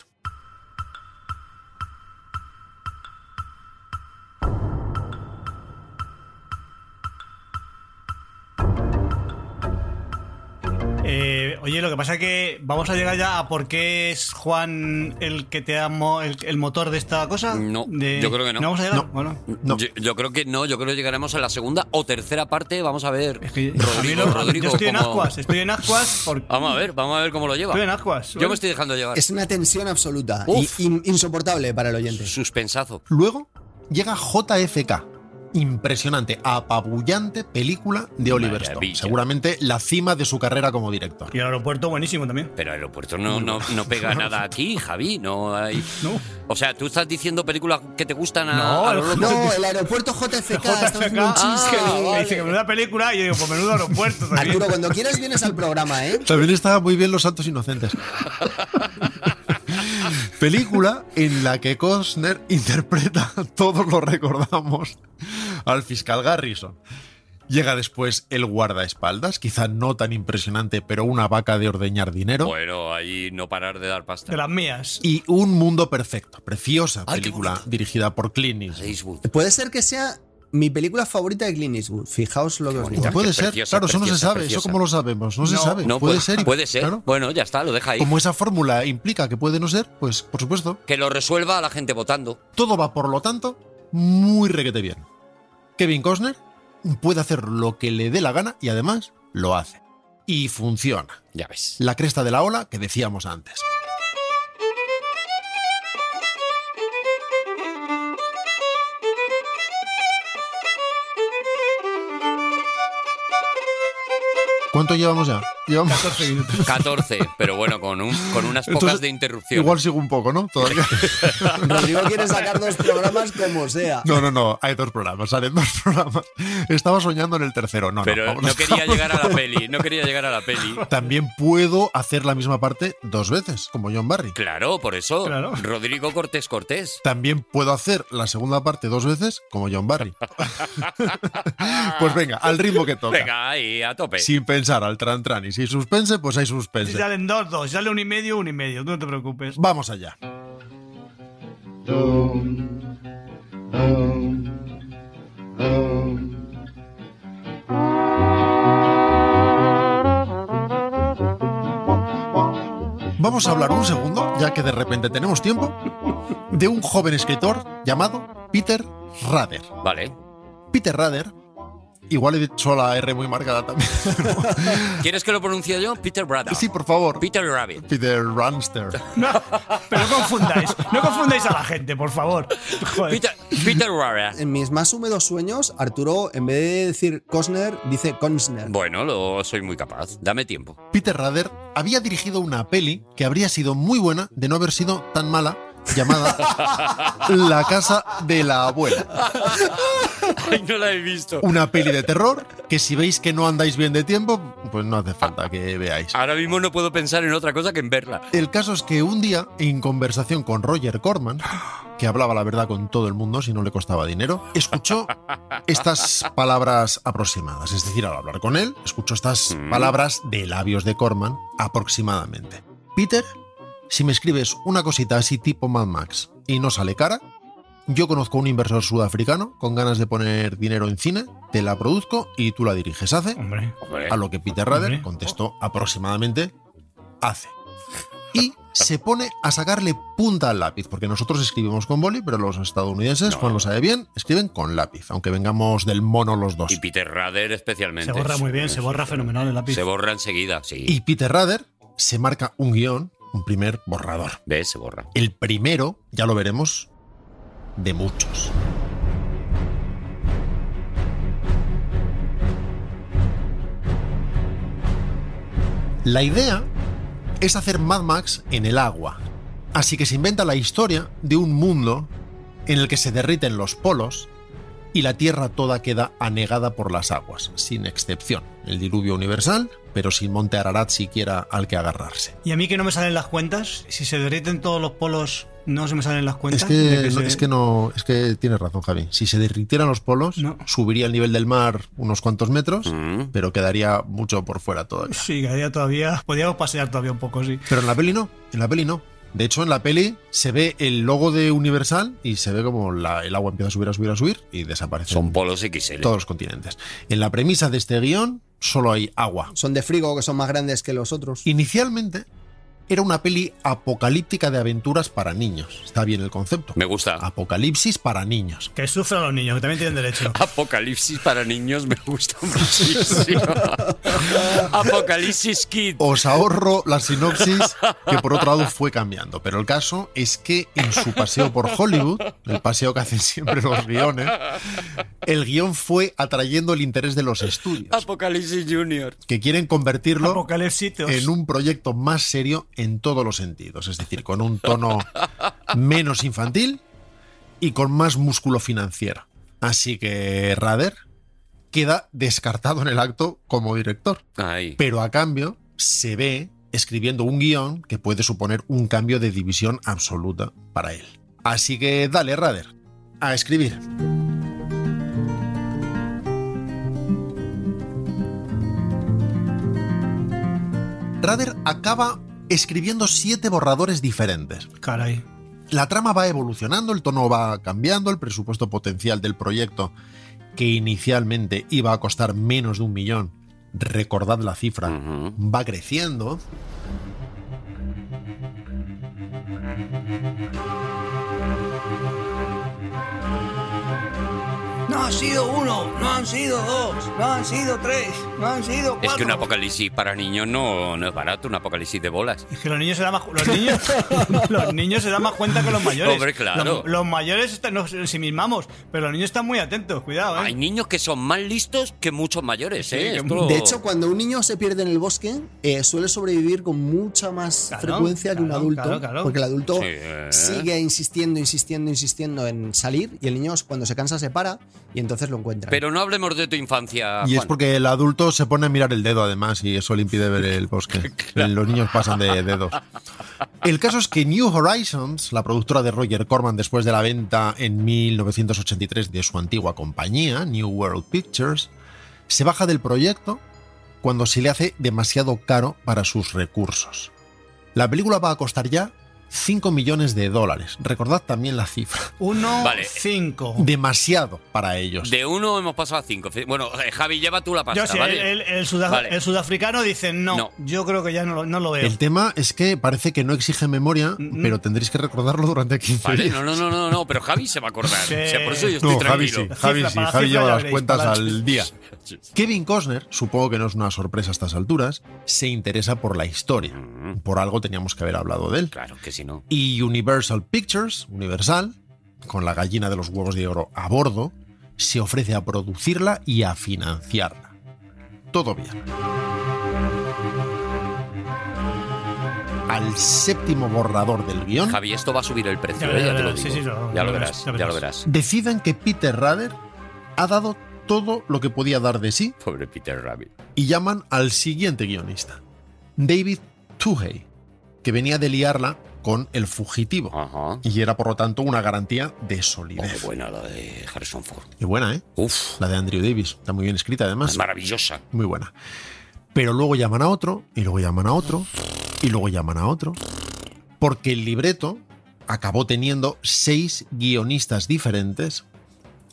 S4: Eh, oye, lo que pasa es que vamos a llegar ya a por qué es Juan el que te amo, el, el motor de esta cosa.
S1: No,
S4: De-
S1: yo creo que no.
S4: vamos a llegar?
S6: No.
S4: Bueno.
S6: No.
S1: Yo, yo creo que no, yo creo que llegaremos a la segunda o tercera parte. Vamos a ver.
S4: Es que a mí
S1: Rodrigo,
S4: no-
S1: Rodrigo,
S4: yo estoy en
S1: cómo-
S4: ascuas, estoy en ascuas porque
S1: Vamos a ver, vamos a ver cómo lo lleva.
S4: estoy en ascuas.
S1: Yo me estoy dejando llevar.
S2: Es una tensión absoluta y
S1: Uf.
S2: in- insoportable para el oyente.
S1: Suspensazo.
S6: Luego llega JFK. Impresionante, apabullante película de Oliver Stone.
S1: Maravilla.
S6: Seguramente la cima de su carrera como director.
S4: Y el aeropuerto buenísimo también.
S1: Pero aeropuerto no, no, no pega nada aquí, Javi. No hay.
S4: No.
S1: O sea, tú estás diciendo películas que te gustan a,
S4: No,
S1: a lo loco.
S2: No, el aeropuerto JFK. estamos haciendo un chiste.
S1: Ah,
S4: Me dice que menuda película y yo digo, pues menudo aeropuerto también.
S2: Arturo, cuando quieras vienes al programa, ¿eh?
S6: También estaban muy bien Los Santos Inocentes. Película en la que Costner interpreta, todos lo recordamos, al fiscal Garrison. Llega después el guardaespaldas, quizá no tan impresionante, pero una vaca de ordeñar dinero.
S1: Bueno, ahí no parar de dar pasta.
S4: De las mías.
S6: Y Un Mundo Perfecto, preciosa
S1: Ay, qué
S6: película
S1: bonito.
S6: dirigida por Clint Eastwood.
S1: Eastwood.
S2: Puede ser que sea mi película favorita de Clint Eastwood. Fijaos lo que os digo.
S1: bonita.
S6: Puede
S1: es
S6: ser,
S1: preciosa,
S6: claro, eso no se
S1: preciosa,
S6: sabe,
S1: preciosa.
S6: eso cómo lo sabemos, no, se
S4: No,
S6: sabe.
S1: No,
S6: puede
S1: pues,
S6: ser, y-
S1: Puede ser.
S6: claro,
S1: Bueno, ya está, lo deja ahí.
S6: como esa fórmula implica que puede no ser, pues por supuesto,
S1: Que lo resuelva la gente votando.
S6: Todo va, por lo tanto, muy requete bien. Kevin Costner puede hacer lo que le dé la gana y además lo hace. Y funciona.
S1: Ya ves.
S6: La cresta de la ola que decíamos antes. ¿Cuánto llevamos ya? Llevamos
S4: 14 minutos.
S1: 14, pero bueno, con, un, con unas pocas
S6: Entonces,
S1: de interrupción.
S6: Igual sigo un poco, ¿no? Todavía.
S2: Rodrigo quiere sacar dos programas como sea.
S6: No, no, no, hay dos programas, salen dos programas. Estaba soñando en el tercero, no,
S1: pero
S6: no.
S1: no quería llegar a la peli, no quería llegar a la peli.
S6: También puedo hacer la misma parte dos veces, como John Barry.
S1: Claro, por eso.
S4: Claro.
S1: Rodrigo Cortés Cortés.
S6: También puedo hacer la segunda parte dos veces, como John Barry. pues venga, al ritmo que toca.
S1: Venga, ahí, a tope.
S6: Sin pensar al tran tran. Y si hay suspense, pues hay
S4: Si
S6: suspense.
S4: salen dos, dos. Si sale un y medio, un y medio. Tú no te preocupes.
S6: Vamos allá. Vamos a hablar un segundo, ya que de repente tenemos tiempo, de un joven escritor llamado Peter Rader.
S1: Vale.
S6: Peter Rader, igual he dicho la R muy marcada también.
S1: ¿Quieres que lo pronuncie yo? Peter Brada.
S6: Sí, por favor.
S1: Peter Rabbit.
S6: Peter Runster.
S4: No, pero no confundáis. No confundáis a la gente, por favor. Joder.
S1: Peter, Peter Rabbit.
S2: En mis más húmedos sueños, Arturo, en vez de decir Costner, dice Costner.
S1: Bueno, lo soy muy capaz. Dame tiempo.
S6: Peter Rader había dirigido una peli que habría sido muy buena de no haber sido tan mala, llamada La casa de la abuela.
S1: Ay, no la he visto.
S6: Una peli de terror que si veis que no andáis bien de tiempo, pues no hace falta que veáis.
S1: Ahora mismo no puedo pensar en otra cosa que en verla.
S6: El caso es que un día, en conversación con Roger Corman, que hablaba la verdad con todo el mundo si no le costaba dinero, escuchó estas palabras aproximadas. Es decir, al hablar con él, escuchó estas
S1: Mm.
S6: palabras de labios de Corman aproximadamente. Peter, si me escribes una cosita así tipo Mad Max y no sale cara, yo conozco un inversor sudafricano con ganas de poner dinero en cine, te la produzco y tú la diriges. Hace
S4: Hombre.
S1: Eh. Hombre,
S6: a lo que Peter Rader
S4: Hombre.
S6: contestó aproximadamente hace. Y se pone a sacarle punta al lápiz, porque nosotros escribimos con boli, pero los estadounidenses,
S1: No.
S6: Juan lo sabe bien, escriben con lápiz, aunque vengamos del mono los dos.
S1: Y Peter Rader especialmente.
S4: Se borra muy bien, se borra fenomenal el lápiz.
S1: Se borra enseguida, sí.
S6: Y Peter Rader se marca un guión, un primer borrador.
S1: ¿Ves? Se borra.
S6: El primero, ya lo veremos, de muchos. La idea es hacer Mad Max en el agua. Así que se inventa la historia de un mundo en el que se derriten los polos y la Tierra toda queda anegada por las aguas, sin excepción. El diluvio universal, pero sin Monte Ararat siquiera al que agarrarse.
S4: Y a mí que no me salen las cuentas, si se derriten todos los polos, no se me salen las cuentas.
S6: Es
S4: de
S6: que, no,
S4: se-
S6: es que no, es que tienes razón, Javi. Si se derritieran los polos,
S4: No.
S6: subiría el nivel del mar unos cuantos metros,
S1: Mm.
S6: pero quedaría mucho por fuera todavía.
S4: Sí, quedaría todavía, podíamos pasear todavía un poco, sí.
S6: Pero en la peli no, en la peli no. De hecho, en la peli se ve el logo de Universal y se ve como la- el agua empieza a subir, a subir, a subir y desaparece.
S1: Son polos XL.
S6: todos los continentes. En la premisa de este guión solo hay agua.
S2: Son de frigo, que son más grandes que los otros.
S6: Inicialmente era una peli apocalíptica de aventuras para niños. Está bien el concepto.
S1: Me
S4: Ah.
S1: gusta.
S6: Apocalipsis para niños.
S4: Que sufran los niños, que también tienen derecho.
S1: Apocalipsis para niños me gusta muchísimo. Apocalipsis Kid.
S6: Os ahorro la sinopsis que por otro lado fue cambiando, pero el caso es que en su paseo por Hollywood, el paseo que hacen siempre los guiones, el guión fue atrayendo el interés de los
S1: Ah.
S6: estudios,
S1: Apocalipsis Junior.
S6: que quieren
S4: Ah,
S6: convertirlo
S4: Apocalipsis.
S6: en un proyecto más serio en todos los sentidos, es decir, con un tono menos infantil y con más músculo financiero. Así que Rader queda descartado en el acto como director,
S1: Ahí.
S6: pero a cambio se ve escribiendo un guión que puede suponer un cambio de división absoluta para él. Así que dale, Rader, a escribir. Rader acaba escribiendo siete borradores diferentes.
S4: Caray.
S6: La trama va evolucionando, el tono va cambiando, el presupuesto potencial del proyecto, que inicialmente iba a costar menos de un millón, recordad la cifra,
S1: Ujú.
S6: va creciendo.
S5: No han sido uno, no han sido dos, no han sido tres, no han sido cuatro.
S1: Es que un apocalipsis para niños no, no es barato, un apocalipsis de bolas.
S4: Es que los niños se dan más, los niños, los niños se dan más cuenta que los mayores.
S1: Hombre, claro.
S4: Los, los mayores están- nos ensimismamos, pero los niños están muy atentos, cuidado,
S1: Hay
S4: ¿eh?
S1: niños que son más listos que muchos mayores, ¿eh?
S4: que-
S1: Esto-
S2: De hecho, cuando un niño se pierde en el bosque, eh, suele sobrevivir con mucha más
S4: Claro,
S2: frecuencia que un
S4: claro,
S2: adulto.
S4: claro, claro.
S2: Porque el adulto
S1: Sí, eh.
S2: sigue insistiendo, insistiendo, insistiendo en salir. Y el niño, cuando se cansa, se para y entonces lo encuentra.
S1: Pero no hablemos de tu infancia.
S6: Y es
S1: Juan.
S6: porque el adulto se pone a mirar el dedo además y eso le impide ver el bosque. Los niños pasan de dedos. El caso es que New Horizons, la productora de Roger Corman después de la venta en 1983 de su antigua compañía, New World Pictures, se baja del proyecto cuando se le hace demasiado caro para sus recursos. La película va a costar ya 5 millones de dólares. Recordad también la cifra.
S4: Uno,
S1: Vale.
S4: cinco.
S6: Demasiado para ellos.
S1: De uno hemos pasado a cinco. Bueno, eh, Javi, lleva tú la pasta,
S4: Yo sé,
S1: ¿vale?
S4: el, el suda-
S1: Vale.
S4: el sudafricano dice no,
S1: No.
S4: Yo creo que ya no, lo- no lo veo.
S6: El tema es que parece que no exige memoria,
S4: Mm,
S6: pero tendréis que recordarlo durante 15
S1: Vale,
S6: días.
S1: no, no, no, no, no, pero Javi se va a acordar.
S4: Sí.
S1: O sea, por eso yo estoy
S6: No, Javi
S1: tranquilo.
S6: sí,
S4: La
S6: Javi
S4: cifra
S6: sí,
S4: para la
S6: Javi
S4: cifra
S6: lleva
S4: ya
S6: las
S4: veréis,
S6: cuentas
S4: para la-
S6: al día. Kevin Costner, supongo que no es una sorpresa a estas alturas, se interesa por la historia.
S1: Mm,
S6: Por algo teníamos que haber hablado de él.
S1: Claro que si no.
S6: Y Universal Pictures, Universal, con la gallina de los huevos de oro a bordo, se ofrece a producirla y a financiarla. Todo bien. Al séptimo borrador del guión,
S1: Javi, esto va a subir el precio,
S4: Ya,
S1: ¿eh?
S4: ya
S1: ya te lo
S4: verás, sí,
S1: digo.
S4: sí, lo-
S1: ya
S4: lo
S1: lo
S4: verás,
S1: verás,
S4: ya
S1: ya lo
S4: verás.
S1: verás.
S6: deciden que Peter Rader ha dado todo lo que podía dar de sí
S1: Pobre Peter Rabbit.
S6: y llaman al siguiente guionista, David Tuhey, que venía de liarla con El Fugitivo
S1: Ajá.
S6: y era por lo tanto una garantía de
S1: Oh, qué
S6: solidez.
S1: buena la de Harrison Ford.
S6: Y buena, ¿eh?
S1: Uf,
S6: La de Andrew Davis. Está muy bien escrita, además.
S1: es maravillosa.
S6: Muy buena. Pero luego llaman a otro, y luego llaman a otro, y luego llaman a otro. Porque el libreto acabó teniendo seis guionistas diferentes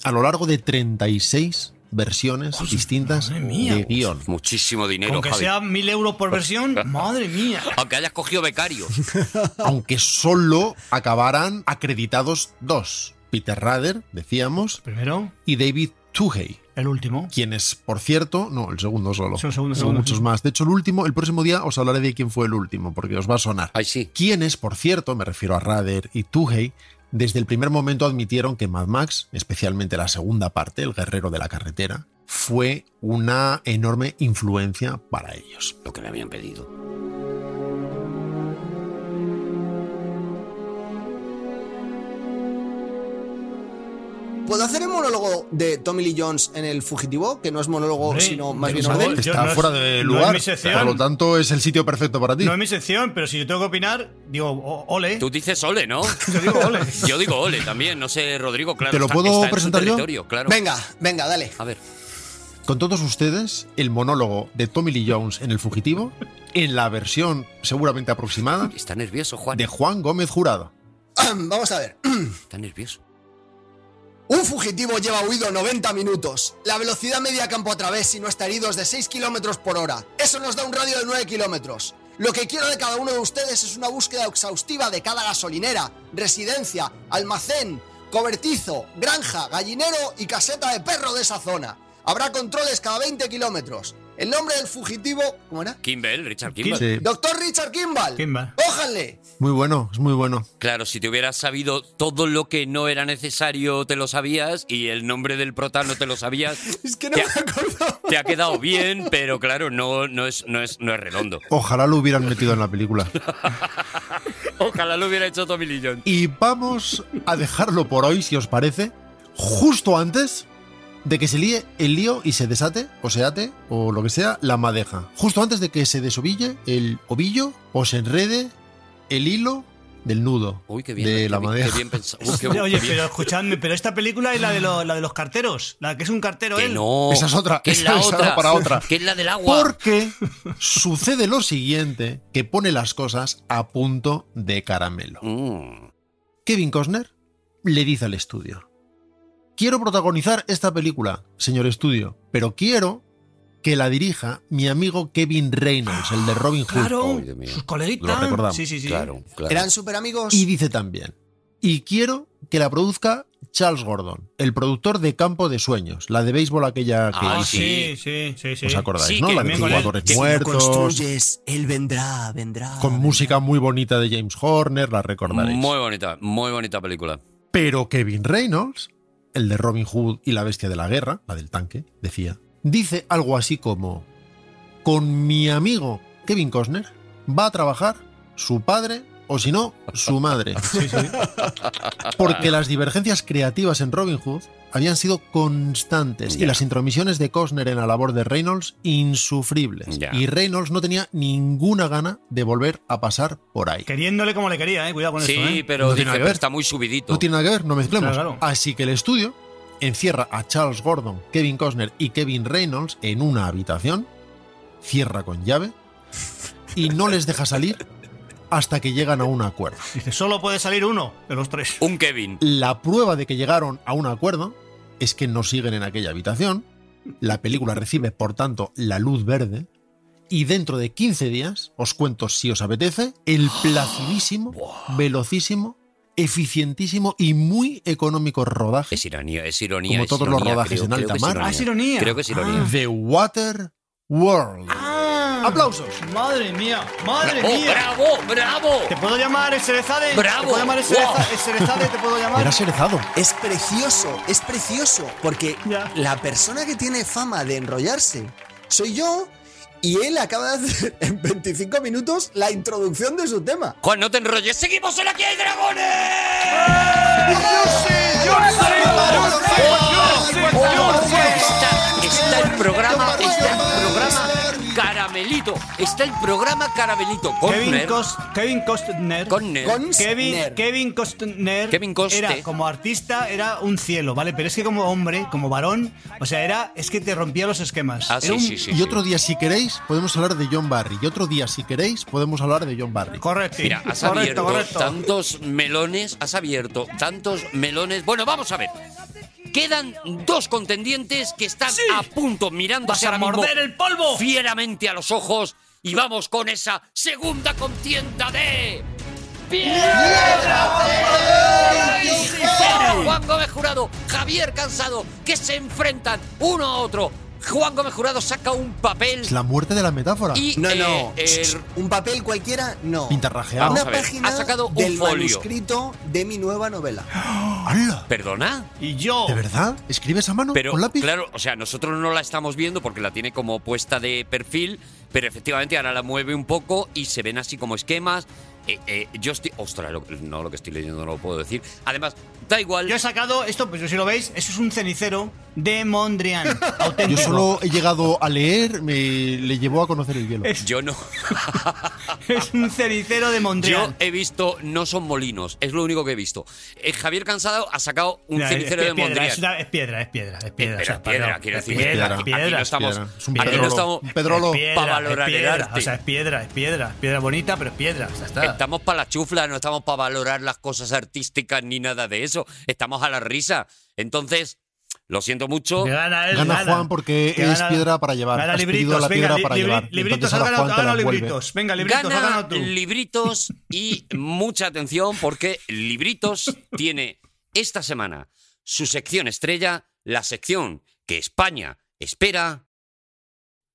S6: a lo largo de 36 versiones distintas
S4: madre mía.
S6: de guión.
S1: Muchísimo dinero,
S4: Aunque
S1: Javi. Pues,
S4: sea mil euros por versión, madre mía.
S1: Aunque hayas cogido becario.
S6: Aunque solo acabaran acreditados dos. Peter Rader, decíamos,
S4: Primero,
S6: y David Tuhey.
S4: el último.
S6: quienes, por cierto, no, el segundo solo.
S4: Sí, el segundo,
S6: Son
S4: segundo,
S6: muchos
S4: sí.
S6: más. De hecho, el último, el próximo día os hablaré de quién fue el último, porque os va a sonar.
S1: Ay, sí.
S6: Quienes, por cierto, me refiero a Rader y Tuhey, desde el primer momento admitieron que Mad Max, especialmente la segunda parte, El Guerrero de la Carretera, fue una enorme influencia para ellos.
S1: Lo que le habían pedido.
S2: ¿Puedo hacer el monólogo de Tommy Lee Jones en El Fugitivo? Que no es monólogo,
S4: Sí,
S2: sino más
S4: por
S2: bien
S4: favor.
S2: orden.
S4: Yo
S6: Está
S4: no es-
S6: fuera de
S4: no es
S6: lugar,
S4: mi sección.
S6: por lo tanto es el sitio perfecto para ti.
S4: No es mi sección, pero si yo tengo que opinar, digo, o- ole.
S1: Tú dices ole, ¿no?
S4: Yo digo, ole.
S1: Yo digo ole también, no sé, Rodrigo, claro.
S6: ¿Te lo
S1: está-
S6: puedo
S1: está en su
S6: presentar yo?
S1: territorio, claro.
S2: Venga, venga, dale.
S1: A ver,
S6: Con todos ustedes, el monólogo de Tommy Lee Jones en El Fugitivo, en la versión seguramente aproximada
S1: está nervioso, Juan.
S6: de Juan Gómez Jurado.
S2: Vamos a ver.
S1: Está nervioso.
S2: Un fugitivo lleva huido 90 minutos. La velocidad media campo a través si no está herido es de 6 kilómetros por hora. Eso nos da un radio de 9 kilómetros. Lo que quiero de cada uno de ustedes es una búsqueda exhaustiva de cada gasolinera, residencia, almacén, cobertizo, granja, gallinero y caseta de perro de esa zona. Habrá controles cada 20 kilómetros. El nombre del fugitivo... ¿Cómo era?
S1: Kimbell, Richard Kimbell.
S6: Sí.
S2: Doctor Richard Kimball.
S4: Kimball.
S2: ¡Cójanle!
S6: Muy bueno, es muy bueno.
S1: Claro, si te hubieras sabido todo lo que no era necesario, te lo sabías, y el nombre del prota no te lo sabías.
S2: Es que no
S1: te,
S2: me
S1: ha,
S2: acuerdo.
S1: te ha quedado bien, pero claro, no, no, es, no, es, no es redondo.
S6: Ojalá lo hubieran metido en la película.
S1: Ojalá lo hubiera hecho Tommy Lee Jones.
S6: Y vamos a dejarlo por hoy, si os parece, justo antes de que se líe el lío y se desate, o se ate, o lo que sea, la madeja. Justo antes de que se desoville el ovillo o se enrede el hilo del nudo
S1: Uy, qué bien.
S6: de
S1: qué
S6: la
S1: bien-
S6: madeja.
S1: Qué bien pensado. Uy, qué-
S4: Oye,
S1: qué bien.
S4: pero escuchadme, pero esta película es la de, lo- la de los carteros, la que es un cartero ¿eh?
S1: Que
S4: él.
S1: no.
S6: Esa es otra,
S1: Que es
S6: esa
S1: la
S6: es
S1: otra.
S6: para otra.
S1: Que es la del agua.
S6: Porque sucede lo siguiente, que pone las cosas a punto de caramelo.
S1: Mm.
S6: Kevin Costner le dice al estudio, quiero protagonizar esta película, señor estudio, pero quiero que la dirija mi amigo Kevin Reynolds, el de Robin Hood.
S4: Ah, Claro,
S1: Ay, Dios mío.
S4: sus
S6: Lo recordamos.
S4: coleguitas. Sí, sí, sí.
S1: Claro, claro.
S2: ¿Eran super amigos?
S6: Y dice también, y quiero que la produzca Charles Gordon, el productor de Campo de Sueños, la de béisbol aquella que...
S1: Ay,
S4: Ah, sí, sí, sí, sí.
S6: ¿Os acordáis,
S1: Sí,
S6: no?
S1: que
S6: La de
S4: también con él-
S6: jugadores
S4: que si lo
S6: muertos,
S2: él vendrá, vendrá.
S6: con música muy bonita de James Horner, la recordaréis.
S1: Muy bonita, muy bonita película.
S6: Pero Kevin Reynolds, el de Robin Hood y la bestia de la guerra, la del tanque, decía, dice algo así como, con mi amigo Kevin Costner va a trabajar su padre o si no, su madre. Porque las divergencias creativas en Robin Hood habían sido constantes y
S1: Ya.
S6: las intromisiones de Costner en la labor de Reynolds insufribles.
S1: Ya.
S6: Y Reynolds no tenía ninguna gana de volver a pasar por ahí.
S4: Queriéndole como le quería, eh. Cuidado con
S1: Sí,
S4: esto, eh.
S1: pero
S6: No tiene
S1: dice,
S6: nada que
S1: pero
S6: ver.
S1: está muy subidito.
S6: No tiene nada que ver, no mezclemos.
S4: Claro, claro.
S6: Así que el estudio encierra a Charles Gordon, Kevin Costner y Kevin Reynolds en una habitación, cierra con llave y no les deja salir hasta que llegan a un acuerdo.
S4: Dice, solo puede salir uno de los tres.
S1: Un Kevin.
S6: La prueba de que llegaron a un acuerdo es que no siguen en aquella habitación. La película recibe, por tanto, la luz verde. Y dentro de 15 días, os cuento si os apetece, el placidísimo, velocísimo, eficientísimo y muy económico rodaje
S1: Es ironía, es ironía.
S6: Como
S1: es
S6: todos los
S1: ironía,
S6: rodajes
S1: creo-
S6: en
S1: creo
S6: alta
S1: que es
S6: mar.
S1: ironía.
S4: Ah, es ironía.
S1: Creo que es ironía.
S6: The Water World.
S4: Ah.
S6: ¡Aplausos!
S4: Madre mía, madre
S1: ¡Oh,
S4: mía.
S1: bravo, bravo!
S4: ¿Te puedo llamar el Cerezade?
S1: Bravo.
S4: ¿Te puedo llamar el Cerezade?
S1: Wow.
S4: ¿El Cerezade te puedo llamar?
S6: Era cerezado.
S2: Es precioso, es precioso, porque
S4: Ya.
S2: la persona que tiene fama de enrollarse soy yo y él acaba de hacer en 25 minutos la introducción de su tema.
S1: Juan, no te enrolles. ¡Seguimos en Aquí hay Dragones! Está, está el programa, está el programa Caramelito. Está el programa Caramelito. Costner,
S4: Kevin, Cost, Kevin Costner.
S1: Conner.
S2: Con-
S4: Kevin, Kevin Costner
S1: Kevin Coste.
S4: era como artista era un cielo, ¿vale? Pero es que como hombre, como varón, o sea, era es que te rompía los esquemas.
S1: Ah,
S4: Era
S1: sí,
S4: un-
S1: sí, sí,
S6: Y
S1: sí.
S6: otro día, si queréis, podemos hablar de John Barry. Y otro día, si queréis, podemos hablar de John Barry.
S4: Correcto.
S1: Mira, has abierto
S4: correcto, correcto.
S1: tantos melones, has abierto tantos melones. Bueno, vamos a ver. Quedan dos contendientes que están a punto
S5: ¡Vas
S1: mirándose
S5: a
S1: ahora mismo
S5: morder el polvo!
S1: fieramente a los ojos y vamos con esa segunda contienda de Piedra, Juan Gómez Jurado, Javier Cansado, que se enfrentan uno a otro Juan Gómez Jurado saca un papel
S6: Es la muerte de la metáfora.
S1: y
S2: No,
S1: eh,
S2: no.
S1: eh,
S2: un papel cualquiera, no.
S6: Pintarrajeado.
S1: Vamos
S2: Una
S1: a ver,
S2: página
S1: ha sacado un
S2: del
S1: folio.
S2: manuscrito de mi nueva novela.
S6: ¡Hala!
S1: perdona.
S4: Y yo.
S6: ¿De verdad? ¿Escribes a mano
S1: Pero
S6: con lápiz?
S1: claro, o sea, nosotros no la estamos viendo porque la tiene como puesta de perfil, pero efectivamente ahora la mueve un poco y se ven así como esquemas. Eh, eh, yo estoy. Ostras, lo- no, lo que estoy leyendo no lo puedo decir. Además, da igual.
S4: Yo he sacado esto, pues si lo veis, eso es un cenicero de Mondrian.
S6: Yo
S4: auténtico.
S6: solo he llegado a leer, me le llevó a conocer el hielo.
S4: Es-
S1: Yo no.
S4: Es un cenicero de
S1: Yo
S4: Mondrian.
S1: he visto No son molinos, es lo único que he visto. Eh, Javier Cansado ha sacado un
S4: Mira, es-
S1: cenicero
S4: es
S1: de
S4: piedra,
S1: Mondrian. Eh,
S4: Es, una- es piedra, es piedra, es piedra.
S1: Pero
S4: o sea,
S1: es piedra,
S4: perdón,
S1: quiero
S4: es
S1: decir,
S4: piedra,
S6: aquí-
S4: es
S6: aquí
S1: no
S4: piedra,
S1: estamos-
S4: es piedra.
S6: Es un
S1: aquí no
S6: pedrolo.
S1: estamos-
S6: Un pedrolo.
S4: piedra,
S1: pa' valorar
S4: es
S1: el
S4: piedra,
S1: arte.
S4: O sea, es piedra, es piedra, es piedra bonita, pero es piedra. o sea, está.
S1: Estamos para la chufla, no estamos para valorar las cosas artísticas ni nada de eso. Estamos a la risa. Entonces, lo siento mucho.
S4: Que gana él,
S6: Gana Juan porque
S4: Que
S6: es piedra para llevar.
S4: Gana
S6: Has pedido
S4: libritos,
S6: la
S4: venga,
S6: piedra
S4: li-
S6: para
S4: libri-
S6: llevar. Y
S4: libritos,
S6: entonces
S4: ha
S6: ahora
S4: ganado,
S6: Juan
S4: ha
S6: te la
S4: ganado
S6: envuelve.
S4: libritos. Venga, libritos, ha
S1: Gana
S4: ganado tú.
S1: libritos y mucha atención porque libritos tiene esta semana su sección estrella, la sección que España espera.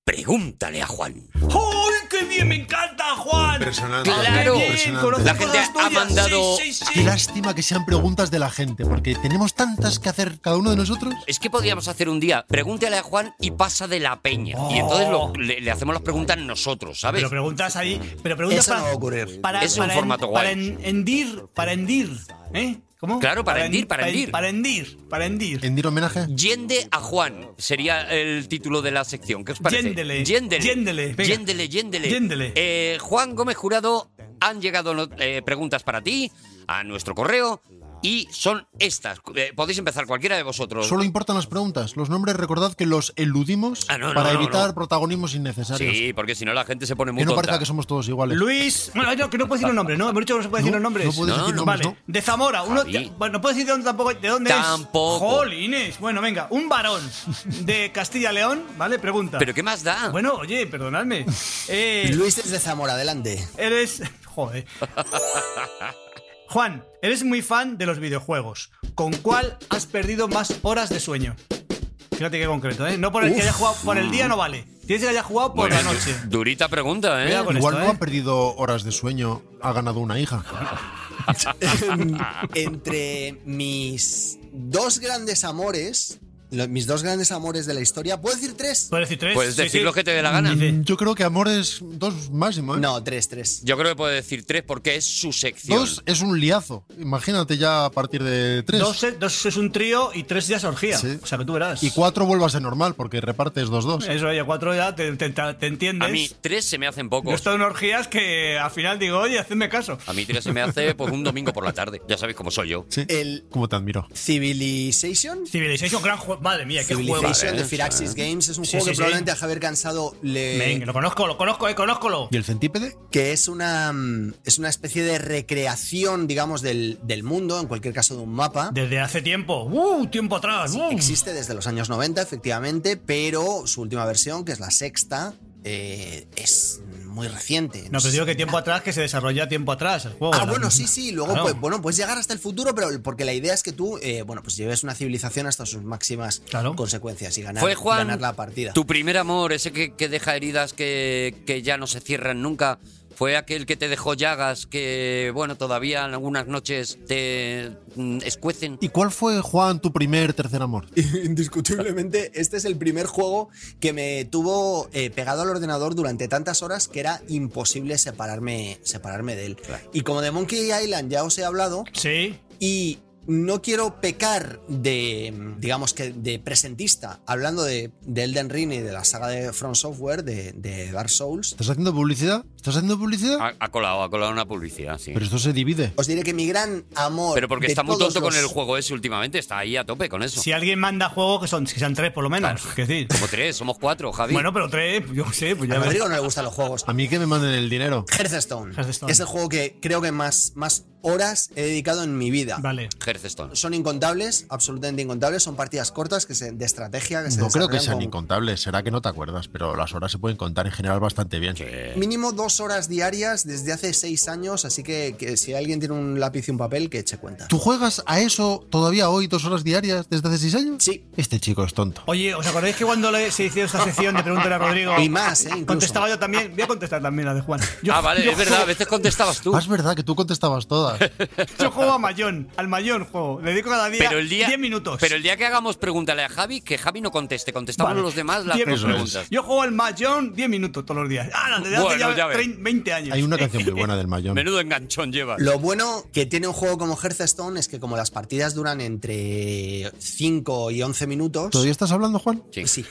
S1: Pregúntale a Juan.
S5: ¡Uy, qué bien! ¡Me encanta, Juan!
S6: Impresionante.
S1: Claro.
S6: Impresionante.
S5: Conozco
S1: La gente
S5: cosas
S1: ha
S5: tuyas.
S1: mandado-
S5: Sí, sí,
S6: Qué
S5: sí.
S6: lástima que sean preguntas de la gente, porque tenemos tantas que hacer cada uno de nosotros.
S1: Es que podríamos hacer un día, pregúntale a Juan y pasa de la peña. Y entonces lo- le, le hacemos las preguntas nosotros, ¿sabes?
S4: Pero preguntas ahí. Pero preguntas
S2: Eso no
S4: para.
S2: va a ocurrir.
S4: Para,
S1: Es un
S4: para
S1: formato guay.
S4: Para en- hendir. Para hendir. ¿Eh? ¿Cómo?
S1: Claro, para hendir, para
S4: en-
S1: hendir.
S4: Para hendir. Para hendir.
S6: Rendir homenaje.
S1: Yende a Juan sería el título de la sección. ¿Qué os parece?
S4: Yéndele.
S1: Yéndele.
S4: Yéndele, venga.
S1: Yéndele, yéndele.
S4: Yéndele.
S1: Eh, Juan Gómez Jurado, han llegado no- eh, preguntas para ti a nuestro correo y son estas. Eh, podéis empezar cualquiera de vosotros.
S6: Solo importan las preguntas. Los nombres, recordad que los eludimos
S1: Ah, no, no,
S6: para
S1: no,
S6: evitar
S1: no.
S6: protagonismos innecesarios.
S1: sí, porque si no la gente se pone muy
S6: que no
S1: tonta.
S6: parezca que somos todos iguales.
S4: Luis. Bueno, no, que no puedo decir los nombres, ¿no? Hemos dicho que no se puede decir
S6: No,
S4: los nombres.
S6: no puedes
S1: No, decir no.
S6: nombres,
S4: Vale.
S6: no.
S4: De Zamora. Uno,
S1: Javi.
S4: te- bueno, no puedo decir de dónde, tampoco, de dónde
S1: Tampoco.
S4: es. Jolines. Bueno, venga. Un varón de Castilla-León, ¿vale? Pregunta.
S1: Pero ¿qué más da?
S4: Bueno, oye, perdonadme. Eh,
S2: Luis desde Zamora, adelante.
S4: Eres. Joder. Juan, eres muy fan de los videojuegos. ¿Con cuál has perdido más horas de sueño? Fíjate qué concreto, ¿eh? No por el que haya jugado por el día no vale. Tienes que haya jugado por
S1: Bueno,
S4: la noche.
S1: Pues Durita pregunta, ¿eh?
S4: Cuidado con
S6: Igual
S4: esto,
S6: no
S4: ¿eh?
S6: ha perdido horas de sueño, ha ganado una hija.
S2: Entre mis dos grandes amores, lo- mis dos grandes amores de la historia, ¿puedo decir tres?
S4: Puedes decir tres.
S1: Puedes
S4: sí,
S1: decir
S4: sí.
S1: lo que te dé la gana.
S4: Dice,
S6: Yo creo que amores dos máximo, ¿eh?
S2: No, tres, tres.
S1: Yo creo que puedo decir tres porque es su sección.
S6: Dos es un liazo. Imagínate ya a partir de tres.
S4: Dos es, dos es un trío y tres ya es orgía.
S6: Sí.
S4: O sea que tú verás.
S6: Y cuatro vuelvas a ser normal, porque repartes dos dos.
S2: Pues
S4: Eso, oye, cuatro ya te, te- te entiendes.
S1: A mí tres se me hacen
S4: Yo he
S1: pocos.
S4: estado en orgías que al final digo, oye, hacedme caso.
S1: A mí tres se me hace pues un domingo por la tarde. Ya sabéis cómo soy yo.
S6: Sí.
S2: El
S6: Como te admiro.
S2: Civilization.
S4: Civilization, gran juego. Madre mía, qué juego.
S2: Civilization
S1: Vale,
S2: de Firaxis Games es un
S4: Sí,
S2: juego
S4: sí,
S2: que
S4: sí.
S2: probablemente a Javier Cansado le.
S4: Venga, lo conozco, lo conozco, eh, conózcolo.
S6: ¿Y el centípede?
S2: que es una, mm, es una especie de recreación, digamos, del, del mundo, en cualquier caso de un mapa.
S4: Desde hace tiempo. ¡Uh! Tiempo atrás. ¡Uh!
S2: Existe desde los años 90, efectivamente, pero su última versión, que es la sexta, eh, es muy reciente.
S4: No,
S2: sé
S4: pero digo que
S2: si-
S4: tiempo atrás, que se desarrolla tiempo atrás el juego.
S2: Ah,
S4: La-
S2: bueno, sí, sí. Luego,
S4: Claro.
S2: pues, bueno, puedes llegar hasta el futuro, pero porque la idea es que tú, eh, bueno, pues lleves una civilización hasta sus máximas
S4: Claro.
S2: consecuencias y ganar,
S1: Fue Juan
S2: ganar la partida.
S1: Tu primer amor, ese que, que deja heridas que, que ya no se cierran nunca, fue aquel que te dejó llagas que, bueno, todavía en algunas noches te mm, escuecen.
S6: ¿Y cuál fue, Juan, tu primer tercer amor?
S2: Indiscutiblemente, este es el primer juego que me tuvo eh, pegado al ordenador durante tantas horas que era imposible separarme, separarme de él. Y como de Monkey Island ya os he hablado,
S4: Sí.
S2: y no quiero pecar de, digamos que de presentista, hablando de, de Elden Ring y de la saga de From Software, de, de Dark Souls,
S6: ¿Estás haciendo publicidad? ¿Estás haciendo publicidad?
S1: Ha, ha colado, ha colado una publicidad, Ah, sí.
S6: Pero
S1: Pero,
S6: esto se divide.
S2: os diré que mi gran amor.
S1: porque
S2: de
S1: está muy
S2: todos
S1: tonto con
S2: los-
S1: el juego ese últimamente, está ahí a tope con eso.
S4: Si alguien manda juegos que son que sean tres por lo menos. que decir.
S1: Como tres, somos cuatro, Javi.
S4: Bueno, pero tres, yo qué sé, pues
S2: A
S4: ya verás.
S2: Rodrigo no le gustan los juegos.
S6: A mí que me manden el dinero.
S2: Hearthstone.
S4: Hearthstone.
S2: Es el juego que creo que más, más horas he dedicado en mi vida.
S4: Vale.
S1: Hearthstone.
S2: son incontables, absolutamente incontables, son partidas cortas que se, de estrategia que se
S6: No creo que
S2: desarrollan
S6: sean
S2: con
S6: incontables, será que no te acuerdas, pero las horas se pueden contar en general bastante bien.
S2: Mínimo dos dos horas diarias desde hace seis años, así que, que si alguien tiene un lápiz y un papel, que eche cuenta.
S6: ¿Tú juegas a eso todavía hoy, dos horas diarias, desde hace seis años?
S2: Sí.
S6: Este chico es tonto.
S4: Oye, ¿os acordáis que cuando le- se hizo esta sección de Pregúntale a Rodrigo?
S2: Y más, ¿eh? Incluso.
S4: Contestaba yo también. Voy a contestar también la de Juan. Yo-
S1: Ah, vale,
S4: yo
S1: es verdad, a
S4: juego-
S1: veces contestabas tú.
S6: Ah, es verdad que tú contestabas todas.
S4: Yo juego a Mayón, al Mayón juego. Le dedico cada día
S1: Pero el día,
S4: 10 minutos.
S1: Pero el día que hagamos pregúntale a Javi, que Javi no conteste, contestamos
S4: Vale.
S1: los demás las
S4: 10
S1: dos
S4: minutos.
S1: preguntas.
S4: Yo juego al Mayón 10 minutos todos los días. Ah, desde hace
S1: Bueno,
S4: ya,
S1: ya ves.
S4: 30, 20 años. Eh,
S6: Hay una canción muy buena del Mayón.
S1: Menudo enganchón lleva.
S2: Lo bueno que tiene un juego como Hearthstone es que como las partidas duran entre 5 y 11 minutos,
S6: ¿Todavía estás hablando, Juan?
S1: Sí.
S2: sí.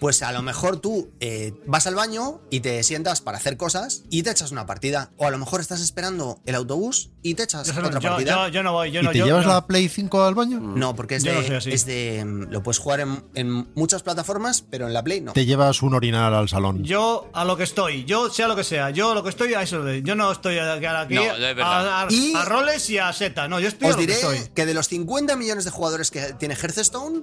S2: Pues a lo mejor tú eh, vas al baño y te sientas para hacer cosas y te echas una partida. O a lo mejor estás esperando el autobús y te echas
S4: Yo, solo-
S2: otra
S4: yo-
S2: partida.
S4: yo- yo no voy, yo
S6: ¿Y
S4: no
S6: te
S4: yo-
S6: llevas
S4: yo-
S6: la Play 5 al baño?
S2: No, porque es
S4: Mm. Yo
S2: de,
S4: no soy así.
S2: es de- mm, Lo puedes jugar en, en muchas plataformas, pero en la Play no.
S6: Te llevas un orinal al salón.
S4: Yo a lo que estoy, yo sea lo que sea, yo lo que estoy a eso le doy. Yo no estoy aquí, aquí
S1: No, es verdad.
S4: a, a-
S2: Y-
S4: a roles y a seta, no, yo estoy a
S2: Os
S4: lo que
S2: diré
S4: estoy.
S2: que, de los 50 millones de jugadores que tiene Hearthstone,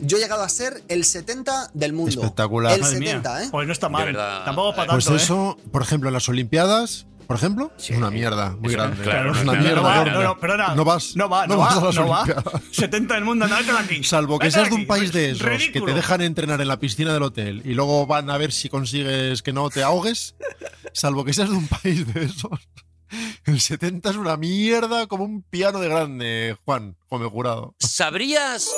S2: yo he llegado a ser el 70 del mundo.
S6: Espectacular.
S2: El
S4: Madre mía.
S2: 70, ¿eh?
S4: Pues no está mal,
S1: De verdad.
S4: tampoco para
S6: Pues
S4: tanto. ¿eh?
S6: eso, por ejemplo, en las Olimpiadas, por ejemplo, es una mierda muy grande.
S1: claro,
S6: es
S1: no es nada,
S6: una mierda.
S4: no, va,
S1: no,
S4: no, no, perdona.
S6: No vas.
S4: No va, no,
S6: vas a
S4: va,
S6: las
S4: no va.
S6: Olimpiadas.
S4: 70 del mundo, no, vete de aquí.
S6: Salvo que
S4: Vete
S6: seas de
S4: aquí. pues,
S6: un país de esos
S4: Ridículo.
S6: que te dejan entrenar en la piscina del hotel y luego van a ver si consigues que no te ahogues. Salvo que seas de un país de esos. El 70 es una mierda como un piano de grande, Juan, Gómez Jurado.
S1: ¿Sabrías,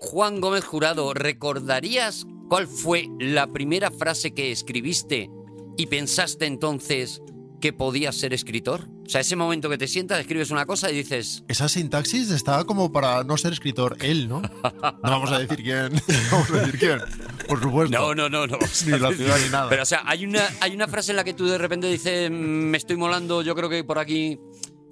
S1: Juan Gómez Jurado, recordarías cuál fue la primera frase que escribiste y pensaste entonces que podías ser escritor? O sea, ese momento que te sientas, escribes una cosa y dices,
S6: Esa sintaxis está como para no ser escritor él, ¿no? No vamos a decir quién. No vamos a decir quién. Por supuesto.
S1: no, no, no, no.
S6: Ni la ciudad ni nada.
S1: Pero, o sea, hay una, hay una frase en la que tú de repente dices, "Mm, me estoy molando, yo creo que por aquí,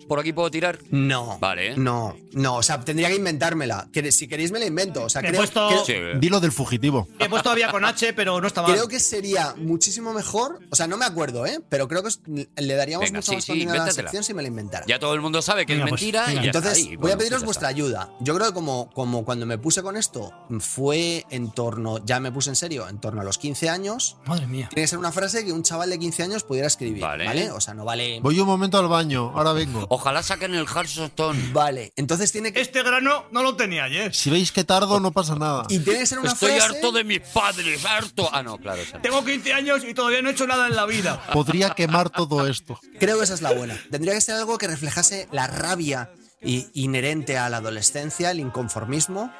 S1: por aquí puedo tirar.
S2: No.
S1: Vale.
S2: No, no, o sea, tendría que inventármela. Que si queréis me la invento. O sea,
S4: He
S2: creo,
S4: puesto-
S2: creo-
S1: Sí.
S6: Dilo del fugitivo.
S4: He puesto todavía con H, pero no está mal.
S2: creo que sería muchísimo mejor. O sea, no me acuerdo, ¿eh? Pero creo que es- le daríamos
S1: Venga,
S2: mucha
S1: sí,
S2: más
S1: sí,
S2: continuidad a la
S1: invéntatela.
S2: sección si me la inventara.
S1: Ya todo el mundo sabe que
S4: Venga,
S1: es
S4: pues,
S1: mentira.
S4: venga.
S1: y ya está.
S2: Entonces,
S1: Y
S2: voy
S1: bueno,
S2: a pediros
S1: pues ya
S2: vuestra
S1: está.
S2: ayuda. Yo creo que como, como cuando me puse con esto, fue en torno, ya me puse en serio, en torno a los 15 años.
S4: Madre mía.
S2: Tiene que ser una frase que un chaval de 15 años pudiera escribir.
S1: Vale.
S2: Vale. O sea, no vale.
S6: Voy un momento al baño, ahora vengo.
S1: Ojalá saquen el Hearthstone.
S2: Vale. Entonces tiene que.
S4: Este grano no lo tenía ayer.
S6: Si veis que tardo, no pasa nada.
S2: Y tiene que ser una
S1: Estoy
S2: frase.
S1: harto de mis padres, harto. Ah, no, claro. o sea,
S4: Tengo 15 años y todavía no he hecho nada en la vida.
S6: Podría quemar todo esto.
S2: Creo que esa es la buena. Tendría que ser algo que reflejase la rabia i- inherente a la adolescencia, el inconformismo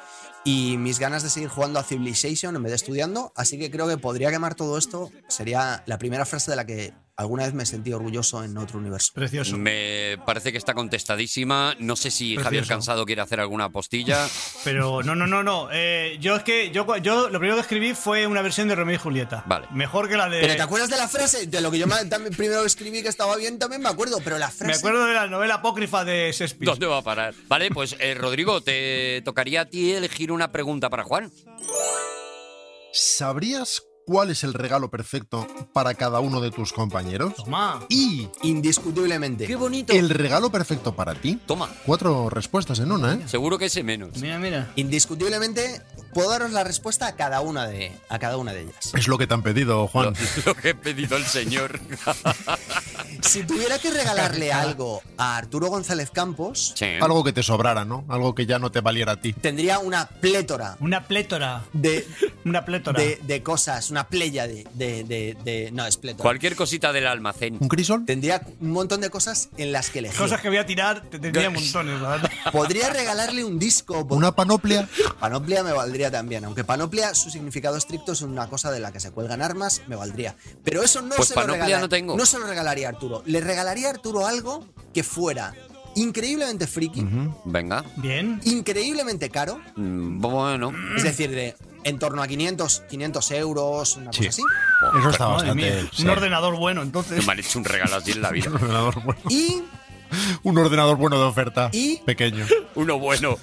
S2: y mis ganas de seguir jugando a Civilization en vez de estudiando. Así que creo que podría quemar todo esto. Sería la primera frase de la que alguna vez me sentí orgulloso en otro universo.
S4: Precioso.
S1: Me parece que está contestadísima. No sé si Javier Cansado quiere hacer alguna postilla.
S4: Pero no, no, no, no. Eh, yo es que yo, yo lo primero que escribí fue una versión de Romeo y Julieta.
S1: Vale.
S4: Mejor que la de.
S2: Pero ¿te acuerdas de la frase? De lo que yo me- también primero escribí que estaba bien, también me acuerdo, pero la frase.
S4: Me acuerdo de la novela apócrifa de Shakespeare.
S1: ¿Dónde va a parar? Vale, pues eh, Rodrigo, te tocaría a ti elegir una pregunta para Juan.
S6: ¿Sabrías cuál es el regalo perfecto para cada uno de tus compañeros?
S4: Toma.
S6: Y
S2: Indiscutiblemente.
S1: ¡Qué bonito!
S6: el regalo perfecto para ti.
S1: Toma,
S6: Cuatro respuestas en una, ¿eh?
S1: seguro que ese menos.
S4: Mira, mira.
S2: Indiscutiblemente, puedo daros la respuesta a cada una de, a cada una de ellas.
S6: Es lo que te han pedido, Juan.
S1: Lo que ha pedido el señor.
S2: Si tuviera que regalarle algo a Arturo González Campos,
S1: Sí.
S6: Algo que te sobrara, ¿no? Algo que ya no te valiera a ti.
S2: tendría una plétora
S4: Una plétora.
S2: de,
S4: Una plétora.
S2: de, de cosas, una playa de, de, de- de- No, es plétora.
S1: Cualquier cosita del almacén.
S6: ¿Un crisol?
S2: Tendría un montón de cosas en las que elegir.
S4: Cosas que voy a tirar, te tendría montones, la verdad.
S2: Podría regalarle un disco. por-
S6: ¿Una panoplia?
S2: Panoplia me valdría también, aunque panoplia, su significado estricto es una cosa de la que se cuelgan armas, me valdría. Pero eso no
S1: Pues
S2: se
S1: panoplia
S2: lo regala-
S1: no tengo.
S2: se lo regalaría a Arturo. Le regalaría a Arturo algo que fuera increíblemente friki,
S1: Venga.
S4: Bien.
S2: increíblemente caro,
S1: Mm, Bueno.
S2: es decir, de en torno a 500, 500 euros, una
S6: Sí.
S2: cosa así.
S6: Eso está
S4: Madre mía.
S6: bastante. sí.
S4: Un ordenador bueno,
S1: Que
S4: entonces.
S1: me han hecho un regalo así en la vida.
S6: Un ordenador bueno.
S2: Y
S6: Un ordenador bueno de oferta.
S2: Y-
S6: Pequeño.
S1: Uno bueno.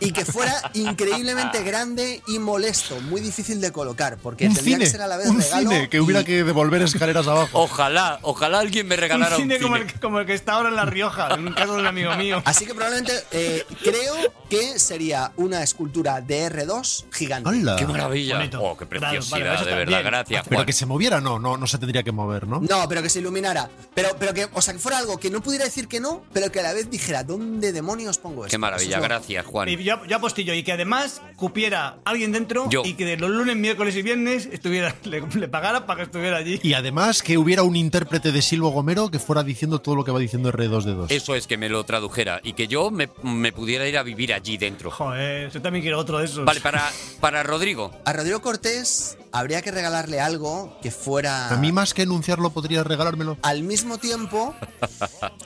S2: y que fuera increíblemente grande y molesto, muy difícil de colocar, porque
S6: un
S2: tendría
S6: cine,
S2: que ser a la vez
S6: un
S2: regalo
S6: cine que hubiera
S2: y- Oh,
S6: que devolver escaleras abajo.
S1: Ojalá, ojalá alguien me
S4: Un
S1: regalara un
S4: cine como el,
S1: cine.
S4: que- como el que está ahora en La Rioja, en un caso de un amigo mío.
S2: Así que probablemente eh, creo que sería una escultura de R2 gigante.
S6: ¡Hala!
S1: ¡Qué maravilla!
S4: Bonito.
S1: ¡Oh, qué
S4: Claro, vale,
S1: preciosidad!
S4: eso
S1: de verdad,
S4: también.
S1: gracias,
S6: Pero
S1: Juan.
S6: que se moviera, no, no, no se tendría que mover, ¿no?
S2: No, pero que se iluminara. Pero, pero que, o sea, que fuera algo que no pudiera decir que no, pero que a la vez dijera, ¿dónde demonios
S6: Pues
S2: pongo esto?
S1: ¡Qué maravilla!
S2: Eso es lo-
S1: Gracias, Juan.
S4: Y yo, yo apostillo, y que además cupiera alguien dentro
S1: Yo.
S4: y que de los lunes, miércoles y viernes estuviera, le, le pagara para que estuviera allí.
S6: Y además que hubiera un intérprete de Silvo Gomero que fuera diciendo todo lo que va diciendo R2D2.
S1: Eso es que me lo tradujera y que yo me, me pudiera ir a vivir allí dentro.
S4: Joder, yo también quiero otro de esos.
S1: Vale, para, para Rodrigo.
S2: A Rodrigo Cortés habría que regalarle algo que fuera.
S6: A mí más que enunciarlo podría regalármelo.
S2: Al mismo tiempo,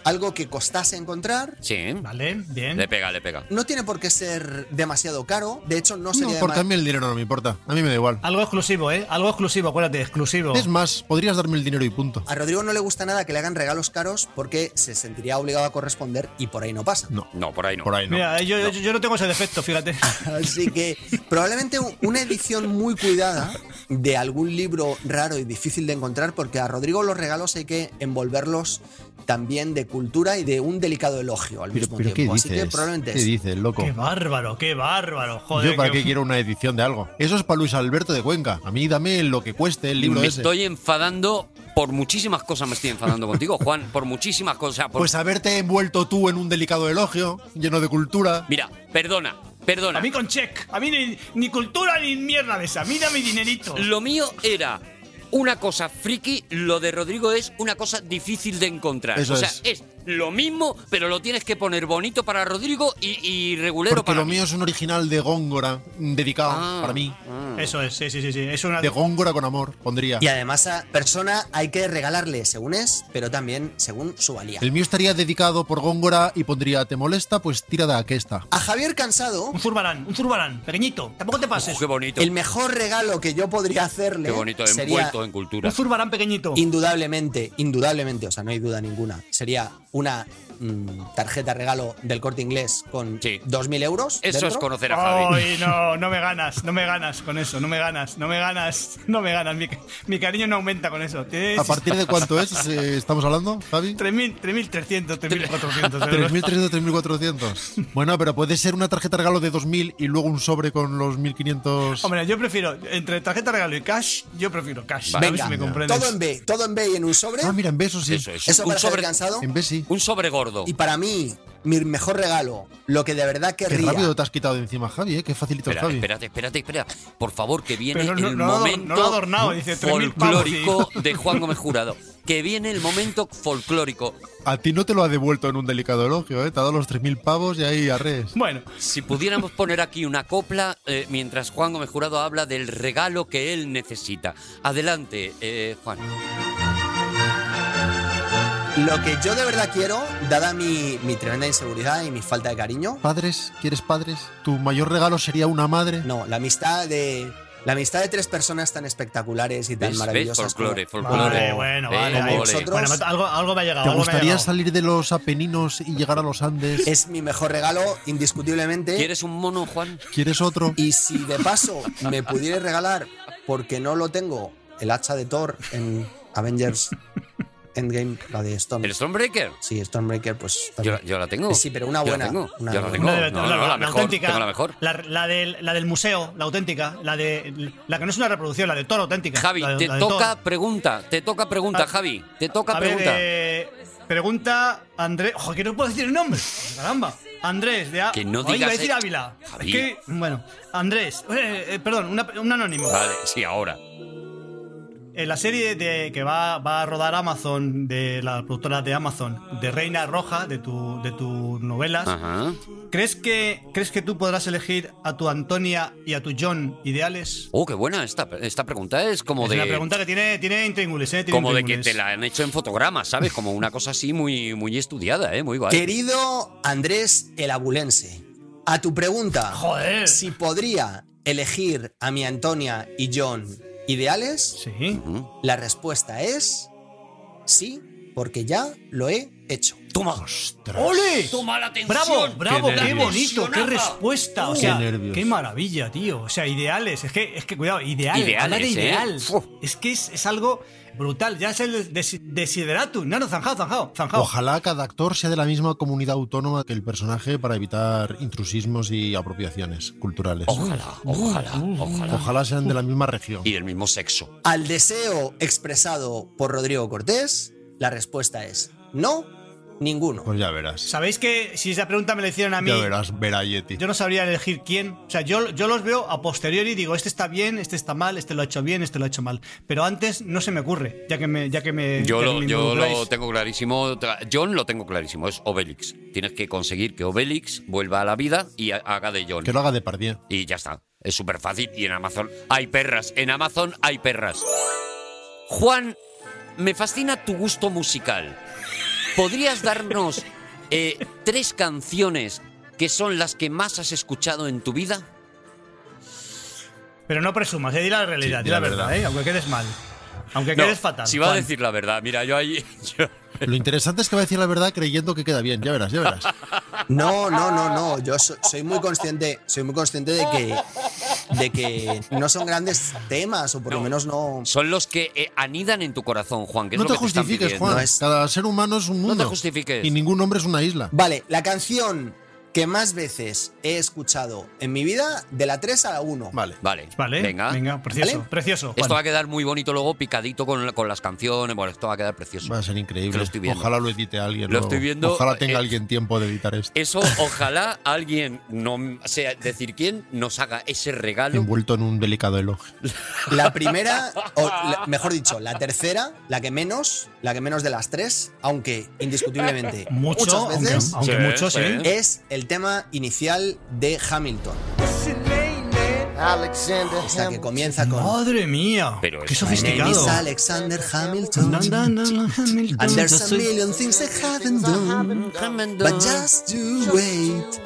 S2: algo que costase encontrar.
S1: Sí, ¿eh?
S4: Vale, bien.
S1: le pega, le pega.
S2: No tiene por qué ser demasiado caro. De hecho, no
S6: No,
S2: sería.
S6: porque a
S2: dema-
S6: mí el dinero no me importa. A mí me da igual.
S4: Algo exclusivo, ¿eh? Algo exclusivo, acuérdate, exclusivo.
S6: Es más, podrías darme el dinero y punto.
S2: A Rodrigo no le gusta nada que le hagan regalos caros porque se sentiría obligado a corresponder y por ahí no pasa.
S6: No,
S1: No, por ahí no.
S6: por ahí no.
S4: Mira, eh, yo, yo- yo no tengo ese defecto, fíjate.
S2: Así que probablemente un- una edición muy cuidada de algún libro raro y difícil de encontrar, porque a Rodrigo los regalos hay que envolverlos también de cultura y de un delicado elogio al
S6: pero,
S2: mismo
S6: pero ¿qué
S2: tiempo.
S6: dices?
S2: Así que probablemente
S6: ¿Qué
S2: es.
S6: dices, loco?
S4: Qué bárbaro, qué bárbaro, joder.
S6: ¿Yo para
S4: qué-
S6: qué quiero una edición de algo? Eso es para Luis Alberto de Cuenca. A mí dame lo que cueste el libro
S1: me
S6: ese.
S1: estoy enfadando por muchísimas cosas, me estoy enfadando contigo, Juan, por muchísimas cosas. por-
S6: Pues haberte envuelto tú en un delicado elogio, lleno de cultura.
S1: Mira, perdona,
S4: A
S1: perdona.
S4: mí con check. A mí ni, ni cultura ni mierda de esa. A mí dame dinerito.
S1: Lo mío era una cosa friki, lo de Rodrigo es una cosa difícil de encontrar.
S6: Eso
S1: o sea,
S6: es.
S1: lo mismo, pero lo tienes que poner bonito para Rodrigo y, y regulero
S6: Porque
S1: para
S6: lo
S1: mí.
S6: mío es un original de Góngora, mm, dedicado
S1: Ah,
S6: para mí.
S1: ah.
S4: Eso es, sí, sí, sí. sí. Es una.
S6: De Góngora con amor, pondría.
S2: Y además a persona hay que regalarle según es, pero también según su valía.
S6: El mío estaría dedicado por Góngora y pondría ¿te molesta? Pues tira de aquesta.
S2: A Javier Cansado,
S4: Un zurbarán, un zurbarán, pequeñito. Tampoco te pases.
S1: Uf, qué bonito.
S2: el mejor regalo que yo podría hacerle
S1: Qué bonito,
S2: ¿eh? sería
S1: envuelto en cultura.
S4: Un zurbarán pequeñito.
S2: indudablemente, indudablemente, o sea, no hay duda ninguna, sería una mm, tarjeta regalo del corte inglés con
S1: Sí.
S2: 2.000 euros.
S1: Eso es
S2: dentro.
S1: conocer a Javi.
S4: Ay, no, no me ganas, no me ganas con eso, no me ganas, no me ganas, no me ganas. Mi, ca- mi cariño no aumenta con eso. Tienes
S6: ¿A partir de cuánto es? eh, ¿Estamos hablando, Javi?
S4: 3.000, 3.300, 3.400 euros.
S6: 3.300, 3.400. Bueno, pero puede ser una tarjeta regalo de 2.000 y luego un sobre con los 1.500.
S4: Hombre, yo prefiero, entre tarjeta regalo y cash, yo prefiero cash. a ver
S2: Venga,
S4: si me comprendes.
S2: todo en B, todo en B y en un sobre.
S6: Ah, mira, en besos sí.
S1: Eso es.
S2: Eso
S1: un
S2: para
S1: sobre
S2: Javier Cansado.
S6: En B sí.
S1: un sobre gordo.
S2: Y para mí, mi mejor regalo, lo que de verdad
S6: Qué
S2: querría.
S6: rápido te has quitado de encima, Javi, ¿eh? Qué facilito,
S1: Espera,
S6: Javi.
S1: espérate, espérate, espera. Por favor, que viene
S4: Pero no-
S1: el
S4: no lo ha ador-
S1: momento
S4: no lo ha adornado, dice, 3.000 pavos y-
S1: folclórico de Juan Gómez Jurado. Que viene el momento folclórico.
S6: A ti no te lo ha devuelto en un delicado elogio, ¿eh? Te ha dado los 3.000 pavos y ahí arres.
S4: Bueno,
S1: Si pudiéramos poner aquí una copla eh, mientras Juan Gómez Jurado habla del regalo que él necesita. Adelante, eh, Juan.
S2: Lo que yo de verdad quiero, dada mi, mi tremenda inseguridad y mi falta de cariño,
S6: ¿Padres? ¿Quieres padres? ¿Tu mayor regalo sería una madre?
S2: no, la amistad de. La amistad de tres personas tan espectaculares y tan
S1: ¿Ves? ¿Ves?
S2: maravillosas. como-
S1: Folclore, folclore.
S4: vale, bueno,
S1: Venga,
S4: vale. ahí-
S1: ole.
S2: vosotros-
S4: Bueno, algo, algo me ha llegado.
S6: ¿Te
S4: algo me ha
S6: gustaría
S4: llegado.
S6: salir de los Apeninos y llegar a los Andes?
S2: Es mi mejor regalo, indiscutiblemente.
S1: ¿Quieres un mono, Juan?
S6: ¿Quieres otro?
S2: Y si de paso me pudiera regalar, porque no lo tengo, el hacha de Thor en Avengers Endgame, la de Storm.
S1: ¿El Stormbreaker?
S2: Sí, Stormbreaker, pues.
S1: Yo,
S2: también.
S1: la- yo la tengo.
S2: Sí, pero una
S1: Yo
S2: buena,
S1: la tengo.
S2: una
S1: yo la tengo.
S2: buena.
S4: Una de-
S1: no, no, la, mejor.
S4: auténtica,
S1: Tengo la mejor.
S4: La, la del, la del museo, la auténtica. La, de, la que no es una reproducción, la de Thor auténtica.
S1: Javi,
S4: la de-
S1: te
S4: la de Thor.
S1: toca pregunta. Te toca pregunta,
S4: Ah,
S1: Javi. Te toca
S4: A ver,
S1: pregunta.
S4: eh, pregunta Andrés. Ojo, que no puedo decir el nombre. Caramba. Andrés de Á-
S1: Que no
S4: Oye,
S1: digas
S4: iba a decir
S1: el-
S4: Ávila.
S1: Javi.
S4: Es que- bueno, Andrés. Eh, eh, perdón, una- un anónimo.
S1: Vale, sí, ahora.
S4: En la serie de, que va, va a rodar Amazon, de la productora de Amazon, de Reina Roja, de tu, de tus novelas,
S1: Ajá.
S4: ¿crees que, ¿crees que tú podrás elegir a tu Antonia y a tu John ideales?
S1: Oh, qué buena esta, esta pregunta. Es como
S4: es
S1: de.
S4: una pregunta que tiene, tiene intríngulis, ¿eh? Tiene
S1: como de que
S4: intríngulis.
S1: te la han hecho en fotogramas, ¿sabes? Como una cosa así muy, muy estudiada, ¿eh? Muy guay.
S2: Querido Andrés el Abulense, a tu pregunta,
S4: Joder.
S2: si podría elegir a mi Antonia y John ideales,
S4: Sí.
S1: Ujú.
S2: la respuesta es sí, porque ya lo he hecho.
S1: Toma.
S4: ¡Ole!
S1: Toma la atención.
S4: Bravo, bravo, qué,
S6: nervios.
S4: bonito, qué respuesta. O
S6: Qué
S4: sea,
S6: nervios.
S4: qué maravilla, tío. O sea, ideales. Es que, es que cuidado, ideal.
S1: Ideales,
S4: hablar de
S1: ¿eh?
S4: ideal.
S1: Fu.
S4: Es que es, es algo brutal. Ya es el des- desideratum. No, no, zanjado, zanjado, zanjado.
S6: Ojalá cada actor sea de la misma comunidad autónoma que el personaje para evitar intrusismos y apropiaciones culturales.
S1: Ojalá, ojalá, ojalá.
S6: Ojalá sean de la misma región.
S1: Y del mismo sexo.
S2: Al deseo expresado por Rodrigo Cortés, la respuesta es no, ninguno.
S6: Pues ya verás.
S4: ¿Sabéis que si esa pregunta me la hicieron a mí,
S6: Ya verás, Verayeti.
S4: yo no sabría elegir quién? O sea, yo, yo los veo a posteriori y digo, este está bien, este está mal, este lo ha hecho bien, este lo ha hecho mal. Pero antes no se me ocurre, ya que me. Ya que me
S1: Yo
S4: ya que
S1: lo,
S4: me
S1: yo lo
S4: involucráis.
S1: tengo clarísimo. Tra- John lo tengo clarísimo. Es Obelix. Tienes que conseguir que Obelix vuelva a la vida y ha- haga de John.
S6: Que lo haga de pardía.
S1: Y ya está. Es súper fácil. Y en Amazon hay perras. En Amazon hay perras. Juan, me fascina tu gusto musical. ¿Podrías darnos eh, tres canciones que son las que más has escuchado en tu vida?
S4: Pero no presumas, eh, di la realidad,
S6: Sí,
S4: di la verdad, eh, aunque quedes mal. Aunque
S1: No,
S4: quedes fatal.
S1: Si va a
S4: Juan.
S1: decir la verdad, mira, yo ahí. yo-
S6: Lo interesante es que va a decir la verdad creyendo que queda bien. Ya verás, ya verás.
S2: No, no, no, no. Yo so- soy muy consciente, soy muy consciente de que, de que no son grandes temas, o por lo
S1: No.
S2: menos no.
S1: son los que eh, anidan en tu corazón, Juan. Que es
S6: No
S1: lo
S6: te
S1: que están
S6: justifiques,
S1: pidiendo.
S6: Juan.
S2: no es-
S6: Cada ser humano es un
S1: No
S6: mundo.
S1: te justifiques.
S6: Y ningún hombre es una isla.
S2: Vale, la canción que más veces he escuchado en mi vida, de la 3 a la 1.
S6: Vale.
S1: Vale,
S4: Vale, venga,
S1: venga.
S4: precioso,
S2: ¿Vale?
S4: precioso.
S1: Esto va a
S4: Juan.
S1: quedar muy bonito luego, picadito con, la- con las canciones. Bueno, esto va a quedar precioso.
S6: Va a ser increíble.
S1: Que lo estoy viendo.
S6: Ojalá lo edite alguien.
S1: Lo
S6: luego.
S1: estoy viendo,
S6: Ojalá tenga
S1: eh,
S6: alguien tiempo de editar esto.
S1: Eso, ojalá alguien, no sea decir quién, nos haga ese regalo.
S6: Envuelto en un delicado elogio.
S2: La primera, o la- mejor dicho, la tercera, la que menos, la que menos de las tres, aunque indiscutiblemente
S4: Mucho,
S2: muchas veces,
S4: aunque,
S1: Sí,
S4: aunque mucho, sí.
S1: sí.
S2: es el tema inicial de Hamilton.
S3: Alexander
S2: Esta que comienza con
S4: Madre mía,
S1: Pero
S4: qué
S1: es-
S2: My name is
S4: sofisticado.
S2: Alexander Hamilton.
S4: Na, na, na, na, Hamilton,
S2: And
S4: yo
S2: there's a
S4: soy-
S2: million things I haven't done. But just you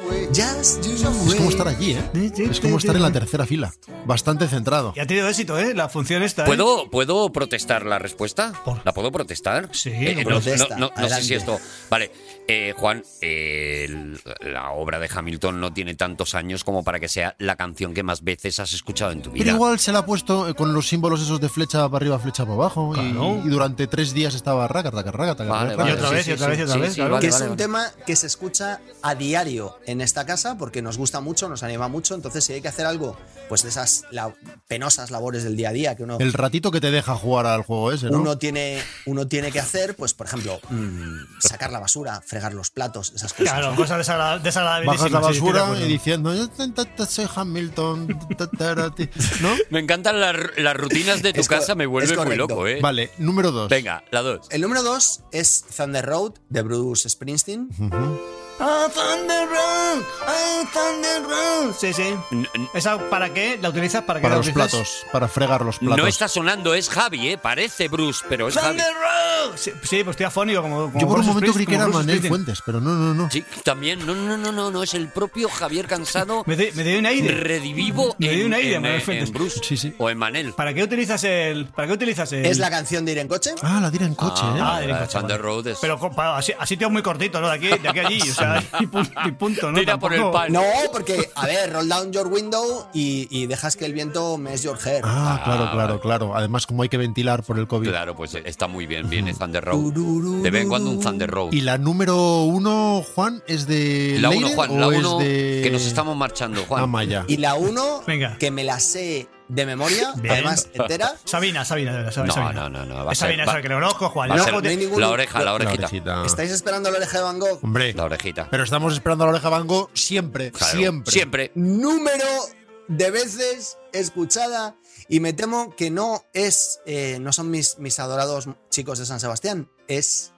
S2: wait. Just you
S6: Es como estar
S2: wait.
S6: allí, ¿eh? Es como estar en la tercera fila. Bastante centrado.
S4: Y ha tenido éxito, ¿eh? La función esta. ¿eh?
S1: ¿Puedo, ¿Puedo protestar la respuesta?
S4: Por-
S1: ¿La puedo protestar? Eh,
S4: Sí,
S1: no-
S2: protesta,
S1: no, no- no sé si
S2: adelante.
S1: esto. Vale, eh, Juan, eh, el- la obra de Hamilton no tiene tantos años como para que sea la canción que más veces has escuchado en tu
S6: Pero
S1: vida.
S6: igual se la ha puesto eh, con los símbolos esos de flecha para arriba, flecha para abajo. y-
S4: Claro.
S6: Y, durante tres días estaba raca, raca, raca, raca,
S1: Vale,
S6: raca,
S1: vale,
S4: Y otra
S6: raca.
S1: sí,
S4: vez,
S1: sí,
S4: y otra
S1: sí,
S4: vez, y otra
S1: sí,
S4: vez,
S1: sí,
S4: claro.
S1: vale,
S2: que es
S1: vale,
S2: un
S1: vale.
S2: tema que se escucha a diario en esta casa porque nos gusta mucho, nos anima mucho, entonces si hay que hacer algo, pues de esas la- penosas labores del día a día que uno,
S6: El ratito que te deja jugar al juego ese, ¿no?
S2: uno, tiene, uno tiene que hacer, pues por ejemplo, mm, sacar la basura, fregar los platos, esas cosas.
S4: Claro, cosas desagra- desagradabilísimas.
S6: Bajas la
S4: sí, estoy de
S6: basura
S4: acuerdo.
S6: y diciendo, "Yo te- te- te soy Hamilton, ta- ta- ta- ti", ¿no?
S1: Me encantan las, las rutinas de tu
S2: Es co-
S1: casa, me
S2: es
S1: vuelven muy
S2: correcto.
S1: loco, ¿eh?
S6: Vale, número dos.
S1: Venga, la dos.
S2: El número dos es Thunder Road de Bruce Springsteen.
S6: Ujú.
S5: ¡Ah, Thunder Road! ¡Ah, Thunder Road!
S4: Sí, sí.
S1: N- n-
S4: ¿Esa para qué? ¿La utilizas para qué
S6: Para
S4: la
S6: los
S4: utilizas?
S6: platos, para fregar los platos.
S1: No está sonando, es Javi, ¿eh? Parece Bruce, pero es Javi.
S5: ¡Thunder Road!
S4: Sí, sí, pues estoy afónico como. como
S6: Yo por un
S4: Bruce
S6: momento creí
S4: Springsteen,
S6: que era
S4: como Bruce
S6: Manuel
S4: Springsteen.
S6: Fuentes, pero no, no, no.
S1: Sí, también. No, no, no, no, no. Es el propio Javier Cansado.
S4: Me doy, me doy un aire.
S1: Redivivo
S4: Me doy
S1: en,
S4: un aire,
S1: en-
S4: Manuel
S1: en
S4: Fuentes.
S1: Bruce
S6: Sí, sí.
S1: o en Manel.
S4: ¿Para qué utilizas el.? ¿Para qué utilizas el.?
S2: Es la canción de ir en coche.
S6: Ah, la tira en coche, ¿eh?
S4: Ah,
S1: vale,
S4: de
S1: vale,
S4: coche,
S1: Thunder
S4: vale.
S1: Road es-
S4: Pero con- pa- así, así te va muy cortito, ¿no? De aquí, de aquí a allí. O sea, y punto, y punto, ¿no?
S1: Tira por el
S4: Tampoco-
S1: pan.
S2: No, porque, a ver, roll down your window y, y dejas que el viento me es your hair.
S6: Ah, claro, claro, claro. Además, como hay que ventilar por el COVID.
S1: Claro, pues está muy bien, viene Thunder Road. De vez en cuando un Thunder Road.
S6: Y la número uno, Juan, es de.
S1: La 1,
S6: Leire
S1: Juan,
S6: o
S1: la
S6: es
S1: 1.
S6: de- Ah,
S1: Que nos estamos marchando, Juan.
S6: Amaya.
S2: Y la uno,
S4: Venga.
S2: que me la sé de memoria,
S4: Bien.
S2: además entera.
S4: Sabina, Sabina, de verdad, Sabina.
S1: No,
S4: Sabina.
S1: no, no, no, va a
S4: Es
S1: ser-
S4: Sabina,
S1: va-
S4: esa que lo conozco, Juan.
S1: Va a
S4: No,
S1: ser
S2: no hay ningún-
S1: la oreja, la
S6: La
S1: orejita.
S6: orejita.
S2: ¿Estáis esperando la oreja de Van Gogh?
S6: Hombre,
S1: La orejita.
S6: pero estamos esperando a la oreja Van Gogh siempre,
S1: Claro,
S6: siempre.
S1: Siempre.
S2: Número de veces escuchada y me temo que no es, eh, no son mis, mis adorados chicos de San Sebastián, es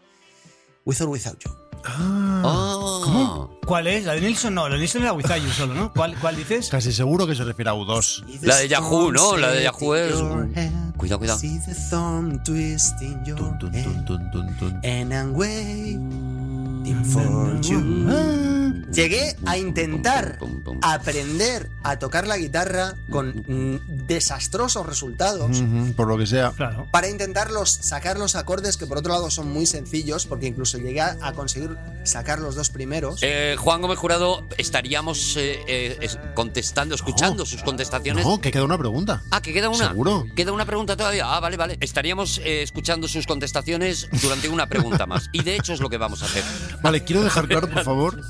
S2: With or Without You.
S6: Ah,
S1: Ah.
S4: ¿Cuál es? ¿La de Nilsson? No, la de Nilsson era With You solo, ¿no? ¿Cuál, cuál dices?
S6: Casi seguro que se refiere a U2.
S1: La de Yahoo, ¿no? La de Yahoo es- Cuidado, cuidado.
S2: See the thorn twist in your
S6: Tun, tun,
S2: head.
S6: tun, tun, tun, tun.
S2: And I'm waiting for you. Llegué a intentar aprender a tocar la guitarra con mm, desastrosos resultados
S6: Ujú, por lo que sea.
S4: Claro.
S2: para intentar los- sacar los acordes que por otro lado son muy sencillos porque incluso llegué a, a conseguir sacar los dos primeros.
S1: Eh, Juan Gómez Jurado, estaríamos eh, eh, es- contestando, escuchando sus contestaciones.
S6: No, que queda una pregunta.
S1: Ah, que queda una.
S6: Seguro.
S1: Queda una pregunta todavía. Ah, vale, vale. Estaríamos eh, escuchando sus contestaciones durante una pregunta más. Y de hecho es lo que vamos a hacer.
S6: Vale, quiero dejar claro, por favor,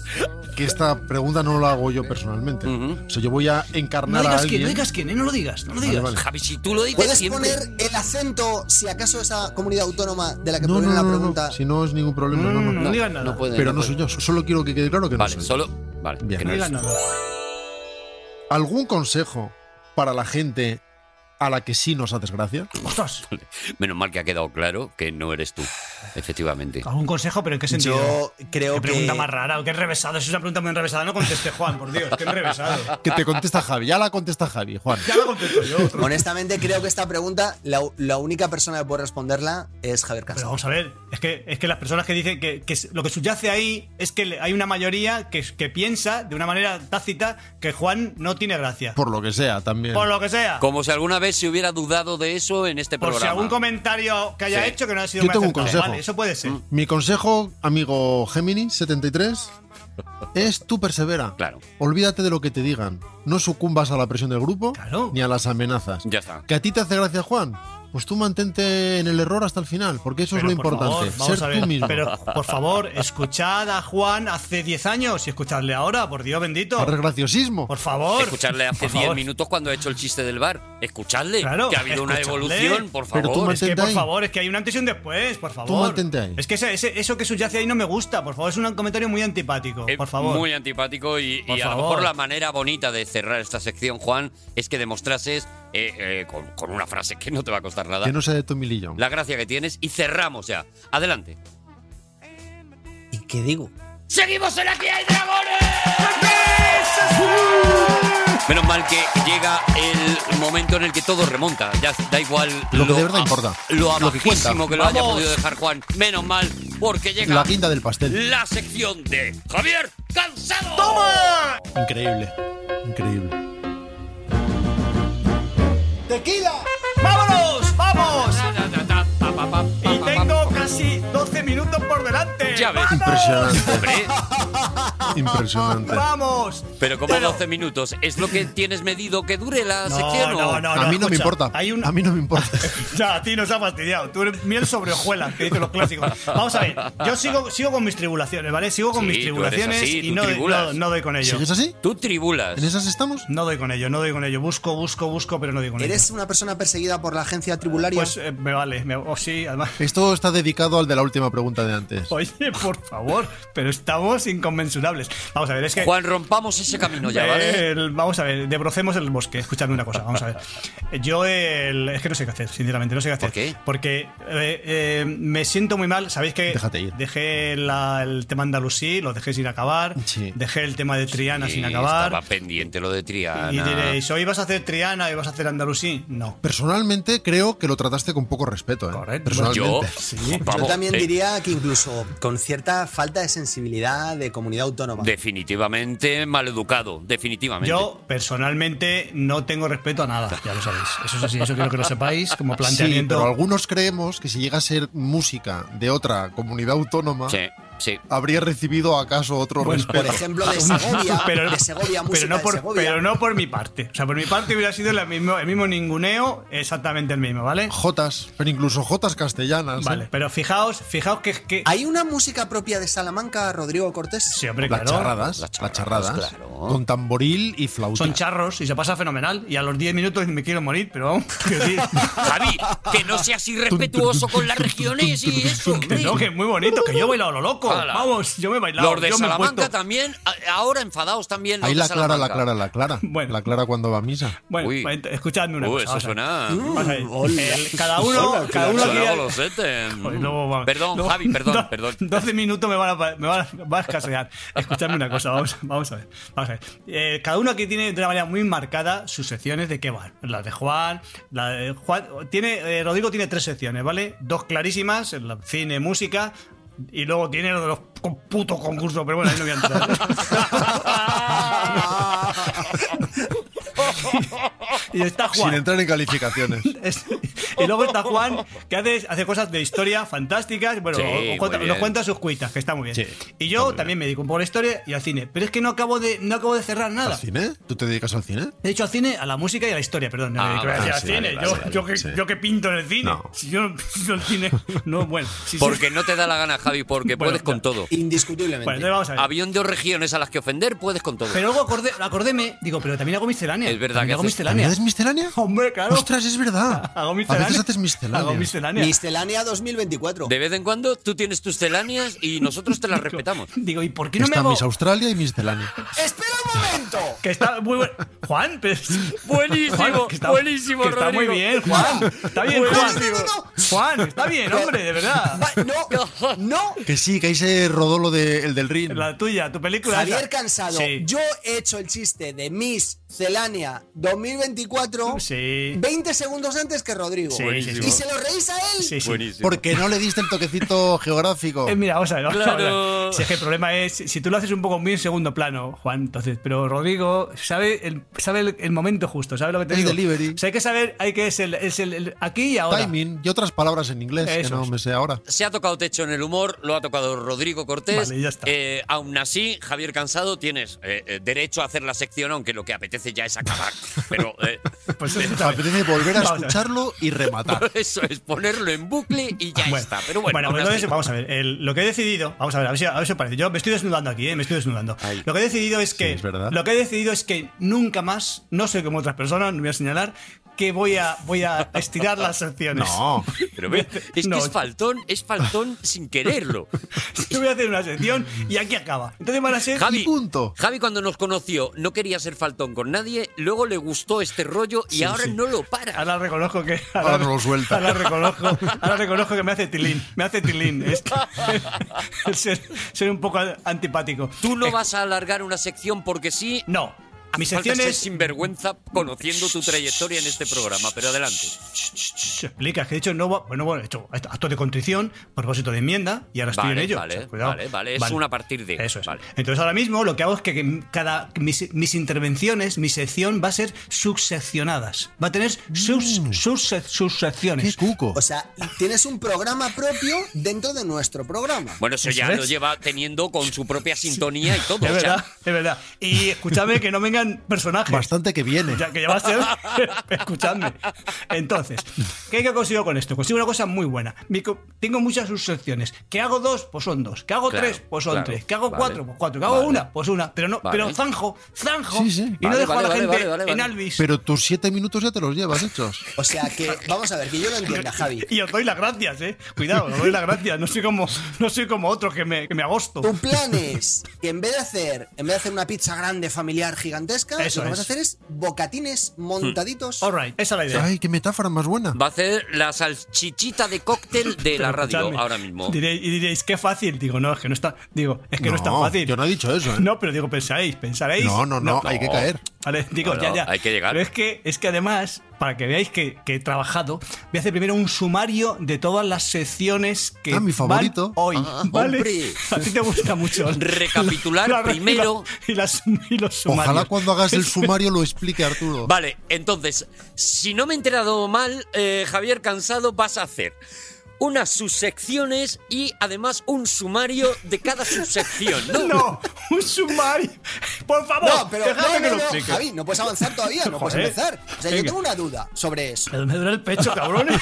S6: que esta pregunta no la hago yo personalmente.
S1: Ujú.
S6: O sea, yo voy a
S4: No
S6: encarnar a
S4: digas
S6: alguien.
S4: quién, no digas quién, eh, no lo digas, no lo
S6: Vale,
S4: digas.
S6: vale.
S1: Javi, si tú lo dices
S2: ¿Puedes
S1: siempre.
S2: poner el acento, si acaso esa comunidad autónoma de la que
S6: No,
S2: proviene
S6: no,
S2: la
S6: no, no,
S2: pregunta?
S6: no. Si no es ningún problema, no, no, no.
S4: No digas nada.
S1: No puede,
S6: Pero no
S1: puede.
S6: soy yo. Solo quiero que quede claro que no
S1: Vale,
S6: soy yo.
S1: solo. Vale,
S6: Bien.
S1: que
S4: No
S1: no
S4: digas
S1: es.
S4: nada.
S6: ¿Algún consejo para la gente a la que sí nos haces gracia?
S4: Ostras,
S1: Menos mal que ha quedado claro que no eres tú. Efectivamente.
S4: algún consejo, pero ¿en qué sentido?
S2: Yo creo
S4: Qué pregunta
S2: que-
S4: más rara, qué enrevesado. Es una pregunta muy enrevesada. No conteste, Juan, por Dios, qué enrevesado.
S6: Que te contesta Javi. Ya la contesta Javi, Juan.
S4: Ya lo contesto yo. otro.
S2: Honestamente, creo que esta pregunta, la, la única persona que puede responderla es Javier
S4: Pero
S2: Cansado.
S4: vamos a ver, es que, es que las personas que dicen que, que lo que subyace ahí es que le- hay una mayoría que, que piensa de una manera tácita que Juan no tiene gracia. Por,
S6: Por lo que sea, también.
S4: lo que sea.
S1: Como si alguna vez se hubiera dudado de eso en este
S4: Por
S1: programa.
S4: si algún comentario que haya
S1: Sí.
S4: hecho que no haya sido
S6: Yo
S4: muy
S6: tengo un
S4: acertado.
S6: consejo. Mm,
S4: Vale, eso puede ser.
S6: Mi consejo, amigo Gemini 73, es tú persevera.
S1: Claro.
S6: Olvídate de lo que te digan. No sucumbas a la presión del grupo
S4: Claro.
S6: ni a las amenazas.
S1: Ya está.
S6: ¿Que a ti te hace gracia, Juan? Pues tú mantente en el error hasta el final, porque eso
S4: Pero,
S6: es lo
S4: por favor,
S6: importante.
S4: vamos a
S6: ser
S4: ver,
S6: tú mismo.
S4: Pero, por favor, escuchad a Juan hace 10 años y escuchadle ahora, por Dios bendito.
S6: Para el graciosismo.
S4: Por favor.
S1: Escucharle hace
S4: Por
S1: 10
S4: favor.
S1: minutos cuando ha hecho el chiste del bar. Escuchadle.
S4: Claro,
S1: que ha habido una
S4: escuchadle.
S1: evolución, por
S6: Pero tú
S1: favor.
S6: mantén-
S4: Es que,
S6: Mantente
S4: por
S6: ahí.
S4: favor, es que hay un antes y un después, por favor.
S6: mantente ahí.
S4: Es que ese- ese- eso que subyace ahí no me gusta, por favor. Es un comentario muy antipático,
S1: Es
S4: por favor.
S1: Muy antipático y,
S4: Por
S1: y a lo
S4: favor.
S1: mejor la manera bonita de cerrar esta sección, Juan, es que demostrases eh, eh, con, con una frase que no te va a costar nada
S6: Que no sea de Tommy Lee Jones.
S1: la gracia que tienes y cerramos ya. Adelante.
S2: ¿Y qué digo?
S1: ¡Seguimos en Aquí hay dragones! Menos mal que llega el momento en el que todo remonta. Ya da igual
S6: Lo que de verdad
S1: a-
S6: importa.
S1: Lo
S6: Lo que cuenta.
S1: abajísimo que lo haya
S6: ¡Vamos!
S1: podido dejar Juan. Menos mal, porque llega
S6: La guinda del pastel.
S1: la sección de Javier Cansado.
S6: Increíble. Increíble.
S3: ¡Tequila!
S4: ¡Vámonos! ¡Vamos!
S1: Ta, ta, ta, pa, pa, pa, pa,
S4: Y
S1: pa,
S4: tengo casi 12 minutos por delante.
S1: Ya ves.
S6: Impresionante.
S1: Hombre,
S6: Impresionante.
S4: ¡Vamos!
S1: pero como 12 minutos es lo que tienes medido que dure la
S4: No,
S1: sección. ¿o?
S4: no, no.
S6: a mí no
S4: escucha,
S6: me importa.
S4: hay un-
S6: A mí no me importa.
S4: Ya, a ti nos ha fastidiado. Tú eres miel sobre hojuelas, que dicen los clásicos. Vamos a ver, yo sigo, sigo con mis tribulaciones, ¿vale? Sigo con
S1: Sí,
S4: mis
S1: tú eres
S4: tribulaciones
S1: así,
S4: y
S1: tú
S4: no, doy-
S1: tribulas.
S4: no- no doy con ello.
S6: ¿Sigues así?
S1: Tú tribulas.
S6: ¿En esas estamos?
S4: No doy con ello, no doy con ello. Busco, busco, busco, pero no doy con
S2: ¿Eres
S4: ello.
S2: una persona perseguida por la agencia tribularia?
S4: Pues eh, me vale, me, oh, sí, además.
S6: Esto está dedicado al de la última pregunta de antes.
S4: Oye, por favor, pero estamos inconmensurables. Vamos a ver, es que.
S1: Juan, rompamos ese camino ya, ¿vale?
S4: El- vamos a ver, debrocemos el bosque. Escuchadme una cosa, vamos a ver. Yo el- es que no sé qué hacer, sinceramente, no sé qué hacer.
S1: ¿Por qué?
S4: Porque eh, eh, me siento muy mal, ¿sabéis que
S6: Déjate ir.
S4: dejé la- el tema andalusí, lo dejé sin acabar,
S6: Sí.
S4: dejé el tema de Triana sin
S1: Y
S4: acabar.
S1: Estaba pendiente lo de Triana.
S4: Y diréis, ¿hoy vas a hacer Triana y vas a hacer andalusí? No.
S6: Personalmente creo que lo trataste con poco respeto. ¿eh?
S4: Correcto.
S1: Yo,
S6: Personalmente.
S2: Yo
S1: vamos,
S2: también
S1: eh,
S2: diría que incluso con cierta falta de sensibilidad de comunidad autónoma.
S1: Definitivamente maleducado, definitivamente.
S4: Yo personalmente no tengo respeto a nada, ya lo sabéis. Eso es así, eso quiero que lo sepáis como
S6: Sí,
S4: planteamiento.
S6: pero algunos creemos que si llega a ser música de otra comunidad autónoma,
S1: Sí, sí.
S6: habría recibido acaso otro respeto.
S2: por ejemplo, de Segovia, de Segovia, música
S4: pero no
S2: de
S4: por,
S2: Segovia.
S4: pero no por mi parte. O sea, por mi parte hubiera sido la mismo- el mismo ninguneo, exactamente el mismo, ¿vale?
S6: Jotas, pero incluso jotas castellanas. ¿eh?
S4: Vale, pero fijaos, fijaos que... que
S2: ¿Hay una música propia de Salamanca, Rodrigo Cortés?
S4: sí, hombre,
S6: Las
S4: claro.
S6: charradas, las
S1: charradas,
S6: charradas,
S1: claro.
S6: con tamboril y flauta.
S4: Son charros y se pasa fenomenal. Y a los 10 minutos me quiero morir, pero vamos, que, sí.
S1: Javi, que no seas irrespetuoso con las regiones y eso.
S4: Que
S1: hombre.
S4: no, que es muy bonito, que yo he bailado a lo loco.
S1: Ala.
S4: Vamos, yo me he bailado.
S1: Los de
S4: yo me he
S1: Salamanca
S4: puesto-
S1: también, a- ahora enfadados también. los
S6: Ahí
S1: de
S6: la clara, la
S1: Salamanca.
S6: clara, la clara.
S4: Bueno.
S6: La clara cuando va a misa.
S4: Bueno,
S1: Uy.
S4: ent- escuchadme una
S1: Uh,
S4: cosa.
S1: eso
S4: vamos a ver.
S1: suena.
S4: Vamos a ver,
S2: Hola.
S4: el- cada uno,
S2: Hola,
S4: cada uno
S1: Suena
S4: aquí-
S1: golosete.
S4: Joder, Pues luego vamos.
S1: Perdón,
S4: Luego-
S1: Javi, perdón,
S4: do-
S1: perdón.
S4: 12 minutos me van a, pa- me van a- va a escasear. Escuchadme una cosa, vamos, vamos a ver. Vamos a ver. Eh, cada uno aquí tiene de una manera muy marcada sus secciones de qué van. Las de Juan, la de Juan tiene, eh, Rodrigo tiene tres secciones, ¿vale? Dos clarísimas, la- cine, música. Y luego tiene lo de los co- putos concursos, pero bueno, ahí no voy a entrar. y está
S6: Sin
S4: Juan.
S6: entrar en calificaciones.
S4: Es- y luego está Juan, que hace, hace cosas de historia fantásticas. Bueno,
S1: Sí,
S4: o- o
S1: muy
S4: cuenta- nos
S1: bien.
S4: cuenta sus cuitas, que está muy bien.
S6: Sí,
S4: y yo también me dedico un poco a la historia y al cine. Pero es que no acabo de, no acabo de cerrar nada.
S6: ¿Al cine? ¿Tú te dedicas al cine?
S4: De hecho, al cine, a la música y a la historia, perdón. No,
S1: Ah,
S4: me dedico a
S1: vale,
S4: decir al
S6: sí,
S4: cine.
S6: vale,
S4: yo,
S6: vale,
S4: yo
S6: vale,
S4: que,
S6: sí.
S4: yo que pinto en el cine.
S6: No.
S4: Si yo, no pinto en el cine. No, bueno. sí, sí.
S1: Porque no te da la gana, Javi, porque
S4: Bueno,
S1: puedes con
S4: ya.
S1: todo.
S2: Indiscutiblemente.
S4: Bueno, entonces vamos a ver.
S1: Avión de regiones a las que ofender, puedes con todo.
S4: Pero luego acordé, acordéme, digo, pero también hago miscelánea.
S1: Es verdad
S4: También
S1: que
S4: hago
S1: haces-
S4: miscelánea.
S6: ¿También haces miscelánea?
S4: Hombre, claro.
S6: ¡Ostras, es verdad!
S4: Hago
S6: A
S4: miscelánea.
S6: veces haces miscelánea.
S4: Hago miscelánea.
S2: Miscelánea 2024.
S1: De vez en cuando tú tienes tus celáneas y nosotros te las respetamos.
S4: Digo, ¿y por qué no me
S6: Está
S4: hago...?
S6: Miss Australia y miscelánea.
S2: ¡Espera un momento!
S4: Que está muy bueno. Juan, pero...
S1: Buenísimo,
S4: Juan, que está-
S1: buenísimo,
S4: que está muy
S1: Rodrigo.
S4: bien, Juan. Está bien, Juan.
S2: Buenísimo. No, no,
S4: Juan, está bien, hombre, de verdad.
S2: Va- No, no.
S6: Que sí, que ahí se rodó lo de- el del ring.
S4: La tuya, tu película.
S2: Javier
S4: esa.
S2: Cansado,
S4: Sí.
S2: yo he hecho el chiste de Miss Celania 2024
S4: Sí.
S2: 20 segundos antes que Rodrigo.
S4: Sí,
S2: y se lo reís a él.
S4: Sí, sí.
S1: Buenísimo.
S6: Porque no le diste el toquecito geográfico.
S4: Eh, mira, vamos a ver, vamos a ver.
S1: Claro.
S4: Si es que el problema es, si tú lo haces un poco muy en segundo plano, Juan, entonces, pero Rodrigo sabe el, sabe el, el momento justo, sabe lo que te
S6: Es
S4: digo.
S6: delivery.
S4: O sea, hay que saber, hay que es el, es el, el aquí y ahora.
S6: Timing y otras palabras en inglés que
S4: Eso
S6: no
S4: es.
S6: me sé ahora.
S1: Se ha tocado techo en el humor, lo ha tocado Rodrigo Cortés.
S4: Vale, ya está.
S1: Eh, aún así, Javier Cansado, tienes eh, eh, derecho a hacer la sección, aunque lo que apetece ya es acabar. Pero eh,
S4: Pues eso está bien.
S6: Apetece volver a
S4: Vamos a ver.
S6: escucharlo y rematar.
S1: eso es ponerlo en bucle y ya está. Pero bueno,
S4: bueno,
S1: aún
S4: pues entonces,
S1: así-
S4: vamos a ver. el- lo que he decidido, vamos a ver, a ver, si, a ver si os parece. Yo me estoy desnudando aquí, ¿eh? me estoy desnudando.
S1: Ay.
S4: Lo que he decidido es que.
S6: es verdad.
S4: Lo que he decidido es que nunca más, no soy como otras personas, no voy a señalar, que voy a, voy a estirar las secciones.
S6: No.
S4: Pues
S1: Pero ve, es
S4: No.
S1: que es faltón, es faltón sin quererlo.
S4: Yo voy a hacer una sección y aquí acaba. Entonces van a ser.
S1: Javi,
S6: Y punto.
S1: Javi cuando nos conoció no quería ser faltón con nadie, luego le gustó este rollo y ahora no lo para.
S4: Ahora reconozco que.
S6: Ahora no lo suelta.
S4: Ahora reconozco, ahora reconozco que me hace tilín. Me hace tilín. Es que- ser, ser un poco antipático.
S1: Tú no vas a alargar una sección porque sí.
S4: No.
S1: Hace
S4: Mi
S1: falta
S4: sección
S1: ser
S4: es.
S1: sinvergüenza conociendo tu trayectoria en este programa, pero adelante.
S4: Se explica, que de hecho no va- Bueno, bueno, he hecho acto de contrición, propósito de enmienda, y ahora estoy
S1: Vale,
S4: en ello.
S1: vale,
S4: O sea, cuidado.
S1: vale, vale, es una a partir de,
S4: Eso es.
S1: vale.
S4: Entonces ahora mismo lo que hago es que- que cada. Mis, mis intervenciones, mi sección va a ser subseccionadas. Va a tener sus, sus,
S6: Mm. ¡Qué
S4: subsecciones.
S6: cuco!
S2: O sea, tienes un programa propio dentro de nuestro programa.
S1: Bueno, eso
S4: Eso
S1: ya
S4: es.
S1: lo lleva teniendo con su propia sintonía y todo.
S4: Es
S1: o sea,
S4: verdad, es verdad. Y escúchame que no vengan personajes.
S6: Bastante que viene.
S4: Ya que ya va a ser. Escuchadme. Entonces, ¿qué que consigo con esto? Consigo una cosa muy buena. Mi co- Tengo muchas subsecciones. ¿Que hago dos? Pues son dos. ¿Que hago
S1: Claro,
S4: tres? Pues son
S1: claro,
S4: tres. ¿Que hago
S1: vale.
S4: cuatro? Pues cuatro. ¿Que hago
S1: Vale.
S4: una? Pues una. Pero no,
S1: Vale.
S4: pero zanjo, zanjo.
S6: Sí, sí.
S4: Y no
S1: Vale,
S4: dejo a la
S1: vale,
S4: gente
S1: vale, vale, vale.
S4: en Alvis.
S6: Pero tus siete minutos ya te los llevas hechos.
S2: O sea que, vamos a ver, que yo lo entienda, Javi.
S4: Y os doy las gracias, eh. Cuidado, os doy las gracias. No soy como, no soy como otro que me, que me agosto.
S2: Tu plan es que en vez de hacer, en vez de hacer una pizza grande, familiar, gigantesca,
S4: Eso
S2: lo que vas a
S4: es. Hmm.
S2: hacer es bocatines montaditos.
S4: All right, esa es la idea.
S6: ¡Ay, qué metáfora más buena!
S1: Va a hacer la salchichita de cóctel de la
S4: Pero
S1: radio
S4: escuchadme,
S1: ahora mismo.
S4: diréis- y diréis, qué fácil. Digo, no, es que no está. Digo, es que no, es tan fácil.
S6: Yo no he dicho eso, ¿eh?
S4: No, pero digo, pensaréis, pensaréis.
S6: No, no, no, hay que caer.
S4: Vale, digo,
S1: No,
S4: ya,
S1: no,
S4: ya.
S1: hay que llegar.
S4: Pero es que, es que además, para que veáis que, que he trabajado, voy a hacer primero un sumario de todas las secciones que
S6: Ah, mi favorito.
S4: van hoy. ¿vale?
S1: Ah, hombre.
S4: A ti te gusta mucho.
S1: Recapitular primero.
S4: y, las- y los sumarios.
S6: Ojalá cuando hagas el sumario lo explique Arturo.
S1: Vale, entonces, si no me he enterado mal, eh, Javier Cansado, vas a hacer unas subsecciones y además un sumario de cada subsección, ¿no?
S4: No, un sumario. Por favor,
S2: No, pero no,
S4: dejadme que
S2: no,
S4: lo
S2: no,
S4: explique.
S2: Javi, no puedes avanzar todavía, no puedes
S4: Joder.
S2: empezar. O sea, yo
S4: Venga.
S2: tengo una duda sobre eso.
S4: Me duele el pecho, cabrones.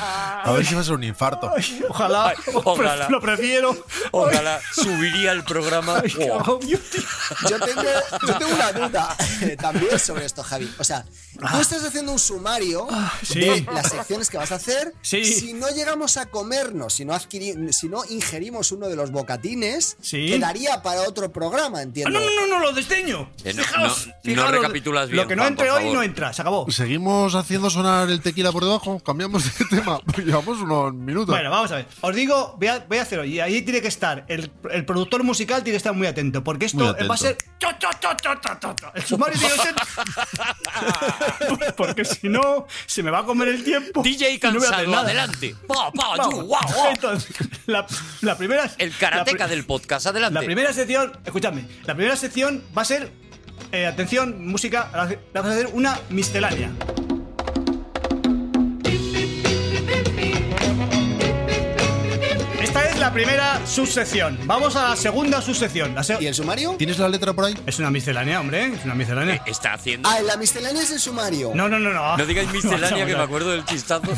S6: A ver si va a ser un infarto.
S4: Ay, ojalá,
S1: Ay, ojalá.
S4: Lo prefiero.
S1: Ojalá subiría el programa.
S4: Ay, qué
S1: Wow.
S4: agobio, tío.
S2: Yo tengo, yo tengo una duda también sobre esto, Javi. O sea, tú estás haciendo un sumario
S4: Ah. sí.
S2: de las secciones que vas a hacer.
S4: Sí.
S2: Si no llegamos a comernos, si no, adquiri- si no ingerimos uno de los bocatines,
S4: Sí.
S2: quedaría para otro programa, entiendo.
S4: Ah, No, no, no,
S5: no, no lo desdeño.
S1: Eh, no,
S5: Fijaos,
S1: no- no
S5: fijaos lo-
S1: recapitulas bien.
S4: Lo que no
S1: Juan,
S4: entre
S1: por
S4: hoy no
S1: favor.
S4: entra, se acabó.
S6: Seguimos haciendo sonar el tequila por debajo. Cambiamos de tema. Llevamos unos minutos.
S4: Bueno, vamos a ver. Os digo, voy a, voy a hacerlo. Y ahí tiene que estar. El, el productor musical tiene que estar muy atento. Porque esto
S6: Muy atento.
S4: va a ser. cho, cho, cho, cho, cho, cho, cho. El sumario tiene que ser. porque si no, se me va a comer el tiempo.
S1: DJ
S4: y no voy a hacer
S1: cansado,
S4: nada.
S1: adelante. Pa, pa, yu,
S4: Vamos.
S1: guau, guau.
S4: Entonces, la, la primera.
S1: El karateca
S4: la pri-
S1: del podcast, adelante.
S4: La primera sección. Escúchame. La primera sección va a ser. eh, atención, música. ahora hace- Vamos a hacer una miscelánea. Esta es la primera subsección. Vamos a la segunda subsección. La se-
S2: ¿Y el sumario?
S6: ¿Tienes la letra por ahí?
S4: Es una miscelánea, hombre. ¿eh? Es una miscelánea.
S1: Está haciendo.
S2: Ah, en la miscelánea es el sumario.
S4: No, no, no, no.
S1: No digáis miscelánea que me acuerdo del chistazo.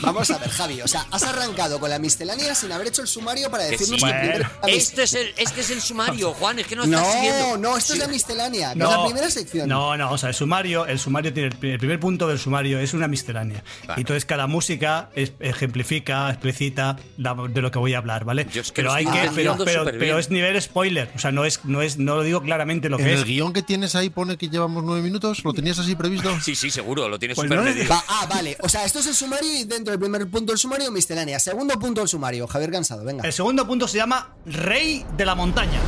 S2: Vamos a ver, Javi. O sea, has arrancado con la miscelánea sin haber hecho el sumario para
S1: Que
S2: decirnos
S1: sí.
S2: que primero
S4: Bueno.
S2: la mis-
S1: Este es, el, este es el sumario, Juan, es que no estás
S2: No,
S1: siguiendo.
S2: no, esto es la miscelánea. que es la primera sección.
S4: No, no, o sea, el sumario, el sumario tiene el, pri- el primer punto del sumario es una miscelánea.
S1: Vale.
S4: Y entonces cada música es- ejemplifica, explicita la- de lo que voy a hablar, ¿¿vale?
S1: Yo es que
S4: pero
S1: lo
S4: hay
S1: estoy
S4: que, pero,
S1: entendiendo
S4: pero,
S1: superbién.
S4: pero es nivel spoiler, o sea, no es, no es, no lo digo claramente lo
S6: En
S4: que
S6: el
S4: es.
S6: guión que tienes ahí pone que llevamos nueve minutos. ¿Lo tenías así previsto?
S1: Sí, sí, seguro, lo tienes
S4: Pues
S1: súper
S4: no le-
S1: medido.
S2: Va- ah, vale. O sea, esto es el sumario y dentro del primer punto del sumario, miscelánea. Segundo punto del sumario, Javier Cansado, venga.
S4: El segundo punto se llama Rey de la Montaña.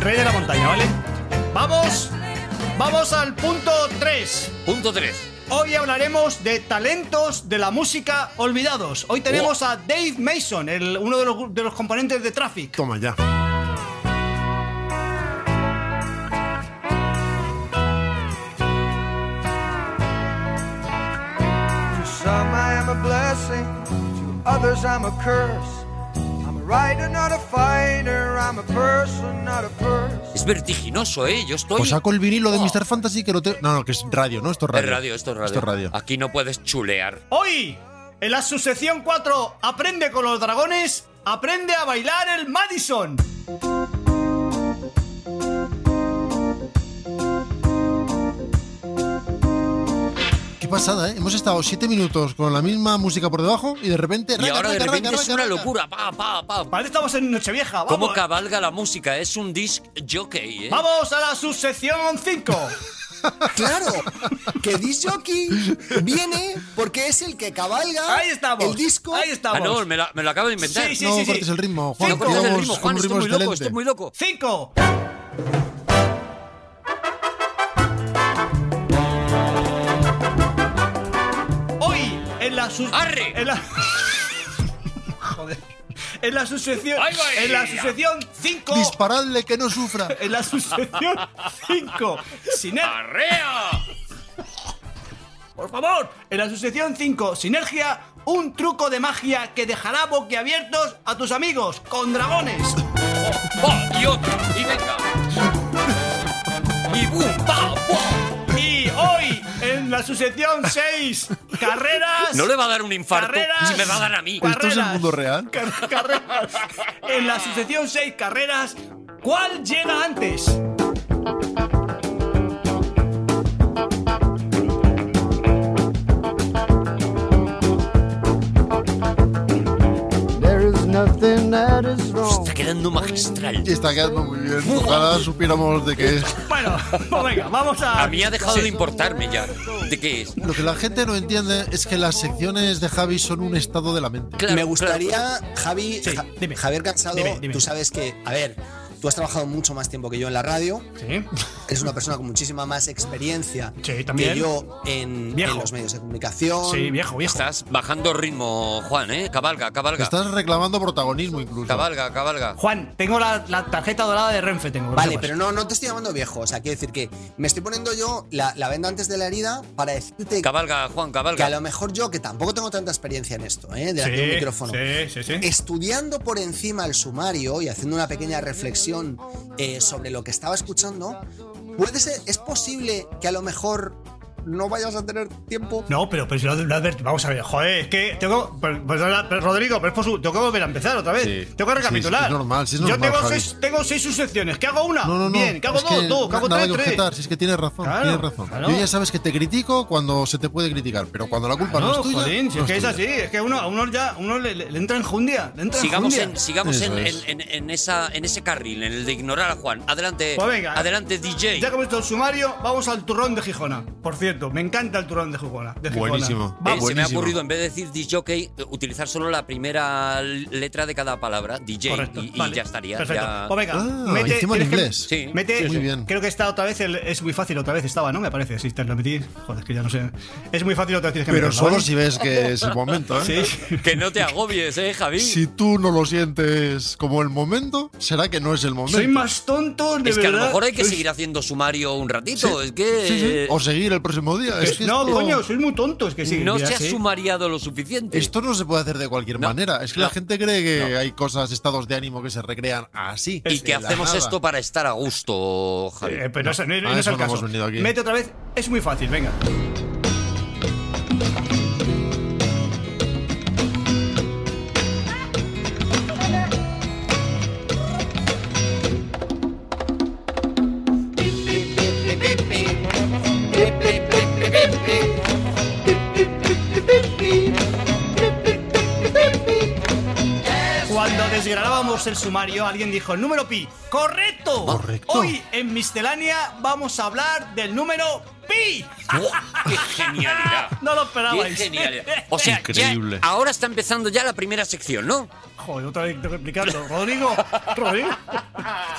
S4: Rey de la Montaña, ¿vale? Vamos, vamos al punto 3.
S1: Punto 3.
S4: Hoy hablaremos de talentos de la música olvidados. Hoy tenemos a Dave Mason, el- uno de los, de los componentes de Traffic.
S6: Toma ya.
S5: To some I am a blessing, to others I'm a curse. I'm a writer, not a fighter. I'm a person, not a purse.
S1: Es vertiginoso, ¿eh? Yo estoy.
S6: Os Pues saco el vinilo de
S1: Oh.
S6: Mr. Fantasy que lo tengo. No, no, que es radio, ¿no? Esto es radio.
S1: Es Eh, radio, esto es radio. Ah.
S6: Esto es radio.
S1: Aquí no puedes chulear.
S4: Hoy, en la sucesión 4, aprende con los dragones, aprende a bailar el Madison.
S6: Qué pasada, ¿eh? Hemos estado siete minutos con la misma música por debajo y de repente.
S1: Y
S6: raca,
S1: ahora de
S6: raca,
S1: repente
S6: raca,
S1: es
S6: raca,
S1: una
S6: raca.
S1: locura. Pa, pa, pa.
S4: Parece que estamos en Nochevieja, vamos.
S1: ¿Cómo cabalga la música? Es un disc jockey, ¿eh?
S4: Vamos a la subsección 5.
S2: Claro, que disc jockey viene porque es el que cabalga
S4: Ahí estamos.
S2: el disco.
S4: Ahí
S1: Ah,
S4: estamos.
S1: no, me, la- me lo acabo de inventar.
S4: Sí, sí,
S6: No cortes el ritmo, Juan.
S1: No
S4: Cinco.
S1: conoces el
S6: llevamos
S1: ritmo,
S6: con
S1: Juan,
S6: un
S1: estoy
S6: ritmo
S1: muy loco,
S6: excelente.
S1: estoy muy loco.
S4: 5. Hoy en la sus
S1: ¡Arre!
S4: en la Joder. En la sucesión
S1: ¡Ahí va!
S4: en la sucesión 5
S6: Disparadle que no sufra.
S4: en la sucesión 5
S1: Ah.
S4: sinergia
S1: ¡Arrea!
S4: por favor en la sucesión 5 sinergia un truco de magia que dejará boquiabiertos a tus amigos con dragones
S1: ¡Pa! Y otro, y venga. Y boom, pa, pa.
S4: Y hoy, en la sucesión 6, carreras.
S1: No le va a dar un infarto
S4: Carreras.
S1: si me va a dar a mí.
S6: Esto es el mundo real.
S4: car- carreras. En la sucesión 6, carreras. ¿Cuál llega antes?
S3: There is nothing that is wrong.
S1: Está quedando magistral.
S6: Y está quedando muy bien. Ojalá supiéramos de qué es.
S4: Bueno, pues venga, vamos a.
S1: A mí ha dejado de importarme ya. ¿De qué es?
S6: Lo que la gente no entiende es que las secciones de Javi son un estado de la mente.
S1: Claro,
S2: Me gustaría, Javi,
S4: Sí,
S2: Ja-
S4: dime.
S2: Javier Cansado,
S4: Dime, dime.
S2: tú sabes que, a ver, tú has trabajado mucho más tiempo que yo en la radio.
S4: Sí.
S2: Eres una persona con muchísima más experiencia
S4: Sí, también.
S2: que yo en,
S4: Viejo.
S2: en los medios de comunicación.
S4: Sí, viejo, viejo.
S1: Estás bajando ritmo, Juan, ¿eh? Cabalga, cabalga.
S6: Estás reclamando protagonismo incluso.
S1: Cabalga, cabalga.
S4: Juan, tengo la, la tarjeta dorada de Renfe, tengo. que
S2: Vale,
S4: sepas.
S2: pero no, no te estoy llamando viejo. O sea, quiero decir que me estoy poniendo yo la, la venda antes de la herida para decirte
S1: Cabalga, Juan,
S2: que a lo
S1: cabalga.
S2: mejor yo, que tampoco tengo tanta experiencia en esto, ¿eh?
S4: Sí,
S2: delante de un micrófono,
S4: Sí, sí, sí.
S2: estudiando por encima el sumario y haciendo una pequeña reflexión eh, sobre lo que estaba escuchando, puede ser, es posible que a lo mejor no vayas a tener tiempo.
S4: No, pero, pero si lo, lo advertí- vamos a ver, joder, es que tengo. pues, pues, ahora- pero, Rodrigo, pero es por su- tengo que volver a empezar otra vez.
S6: Sí.
S4: Tengo que recapitular.
S6: Sí, sí, es normal, sí, es normal,
S4: Yo tengo
S6: Javi.
S4: seis, tengo seis subsecciones. ¿Qué hago una?
S6: No, no, no.
S4: Bien, ¿qué hago
S6: es que
S4: dos? Dos, ¿qué hago
S6: nada
S4: tres?
S6: que
S4: Tres.
S6: objetar, si es que tienes razón,
S4: Claro,
S6: tienes razón.
S4: claro.
S6: Yo ya sabes que te critico cuando se te puede criticar, pero cuando la culpa no es
S4: No,
S6: tuya.
S4: jolín, si
S6: no
S4: es que es
S6: tuya.
S4: así, es que uno, a uno ya uno le, le- le entra en jundia. Le entra
S1: Sigamos
S4: enjundia.
S1: en, sigamos
S6: Eso
S1: en,
S6: es.
S1: en- en- en esa, en ese carril, en el de ignorar a Juan. Adelante,
S4: Pues venga.
S1: adelante DJ.
S4: Ya como esto el sumario, vamos al turrón de Gijona. Por cierto, me encanta el turrón de Gijona. de Gijona.
S6: Buenísimo.
S1: Eh,
S6: Ah,
S1: se me ha
S6: buenísimo.
S1: ocurrido, en vez de decir disjockey, eh, utilizar solo la primera l- letra de cada palabra, DJ,
S4: Correcto,
S1: y, y
S4: vale,
S1: ya estaría.
S4: Perfecto.
S1: ya-
S4: Pues venga,
S6: Ah,
S4: mete,
S6: encima en
S4: tienes que-
S6: inglés.
S1: Sí.
S4: Mete,
S6: Sí, sí. Muy bien.
S4: creo que está otra vez, el- es muy fácil, otra vez estaba, ¿no? Me parece, sí, te lo metí. Joder, es que ya no sé. Es muy fácil, otra vez tienes que
S6: Pero
S4: meterlo, ¿eh?
S6: solo
S4: ¿vale?
S6: si ves que es el momento, ¿eh?
S4: Sí.
S1: Que no te agobies, eh, Javi.
S6: Si tú no lo sientes como el momento, será que no es el momento.
S4: Soy más tonto, de
S1: es que
S4: verdad.
S1: a lo mejor hay que
S4: Soy-
S1: seguir haciendo sumario un
S6: Sí,
S1: ratito. Es que
S6: sí, sí.
S1: eh,
S6: O seguir el próximo día. Es que
S4: No,
S6: esto,
S4: coño, sois muy tontos, que sí.
S1: no
S4: mira,
S1: se ha
S4: sí.
S1: sumariado lo suficiente.
S6: Esto no se puede hacer de cualquier
S1: No,
S6: manera. Es que
S1: no,
S6: la gente cree que hay cosas, estados de ánimo que se recrean así.
S1: y
S6: de
S1: que
S6: la
S1: hacemos
S6: nada.
S1: esto para estar a gusto, Javi.
S4: Eh, pero no, es- no es-
S6: a
S4: no es
S6: eso
S4: el
S6: no
S4: caso.
S6: hemos venido aquí.
S4: Mete otra vez, es muy fácil, venga. Cuando desgranábamos el sumario, alguien dijo el número pi. ¡Correcto!
S6: Correcto.
S4: Hoy en Miscelánea vamos a hablar del número pi.
S1: ¡Buah! ¡Qué genialidad!
S4: No lo
S1: ¡Qué
S4: esperabais.
S1: genialidad! O sea, ya-
S6: Increíble.
S1: ahora está empezando ya la primera sección, ¿no?
S4: Joder, otra vez tengo que explicarlo. Rodrigo, Rodrigo.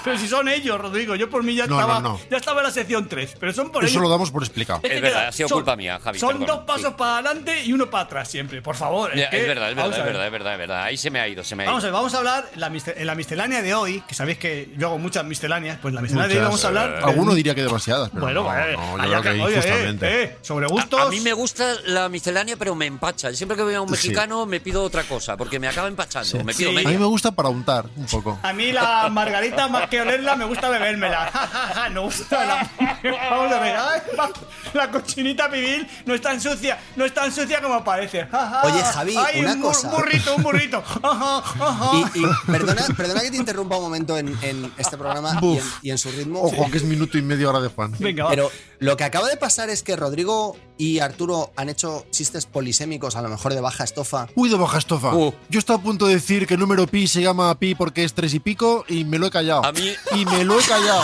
S4: Pero si son ellos, Rodrigo. Yo por mí ya
S6: No,
S4: estaba,
S6: no, no.
S4: ya estaba en la sección 3. Pero son por
S6: Eso lo
S4: ellos.
S6: damos por explicado.
S4: que
S1: Es verdad,
S4: queda-
S1: ha sido
S4: son-
S1: culpa mía, Javi,
S4: Son
S1: perdona,
S4: dos pasos
S1: sí.
S4: para adelante y uno para atrás siempre. Por favor.
S1: Ya,
S4: que-
S1: es verdad, es verdad,
S4: vamos a
S1: es
S4: ver.
S1: verdad, es verdad, es verdad. Ahí se me ha ido, se me ha ido.
S4: Vamos a ver, vamos a hablar la misce- en la miscelánea de hoy, que sabéis que yo hago muchas misceláneas, pues en la miscelánea de hoy vamos
S6: Muchas.
S4: a hablar. del-
S6: Alguno diría que demasiadas, pero
S4: Bueno,
S6: no,
S4: vale.
S6: no, yo
S4: allá
S6: creo
S4: que-
S6: que
S4: oye, eh,
S6: injustamente.
S4: eh, sobre
S1: A-
S4: gustos.
S1: A, mí me gusta la miscelánea, pero me empacha. Siempre que veo a un
S6: Sí.
S1: mexicano me pido otra cosa, porque me acaba empachando. Me pido
S4: Sí.
S6: A mí
S1: media.
S6: me gusta para untar un poco.
S4: A mí la margarita, más que olerla, me gusta bebérmela. Ja, ja, ja, no gusta la... Vamos a ver. Ay, va, la cochinita pibil no es tan sucia, no es tan sucia como parece. Ja, ja.
S2: Oye, Javi,
S4: Ay,
S2: una
S4: un bur-
S2: cosa.
S4: burrito, un burrito. Ajá, ajá.
S2: Y, y perdona, perdona que te interrumpa un momento en, en este programa y en,
S6: Buf.
S2: y en su ritmo.
S6: Ojo, que es minuto y medio hora de Juan.
S4: Venga, va.
S2: Pero lo que acaba de pasar es que Rodrigo y Arturo han hecho chistes polisémicos, a lo mejor de baja estofa.
S6: Uy, de baja estofa.
S1: Uh.
S6: Yo estaba a punto de decir que el número pi se llama pi porque es tres y pico y me lo he callado.
S1: A mí-
S6: Y me lo he callado.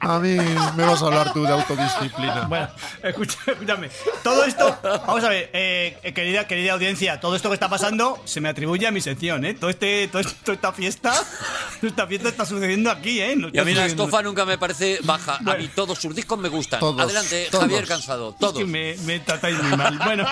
S6: A mí me vas a hablar tú de autodisciplina.
S4: Bueno, escucha- escúchame. Todo esto, vamos a ver, eh, eh, querida, querida audiencia, todo esto que está pasando se me atribuye a mi sección, ¿eh? Todo este, todo, esto- toda esta fiesta, toda esta fiesta está sucediendo aquí, ¿eh? No
S1: Y a mí
S4: está
S1: la
S4: sucediendo-
S1: estofa nunca me parece baja. A mí todos sus discos me gustan.
S6: Todos,
S1: Adelante,
S6: todos.
S1: Javier Cansado,
S4: Es
S1: todos.
S4: que me, me tratáis muy mal. Bueno,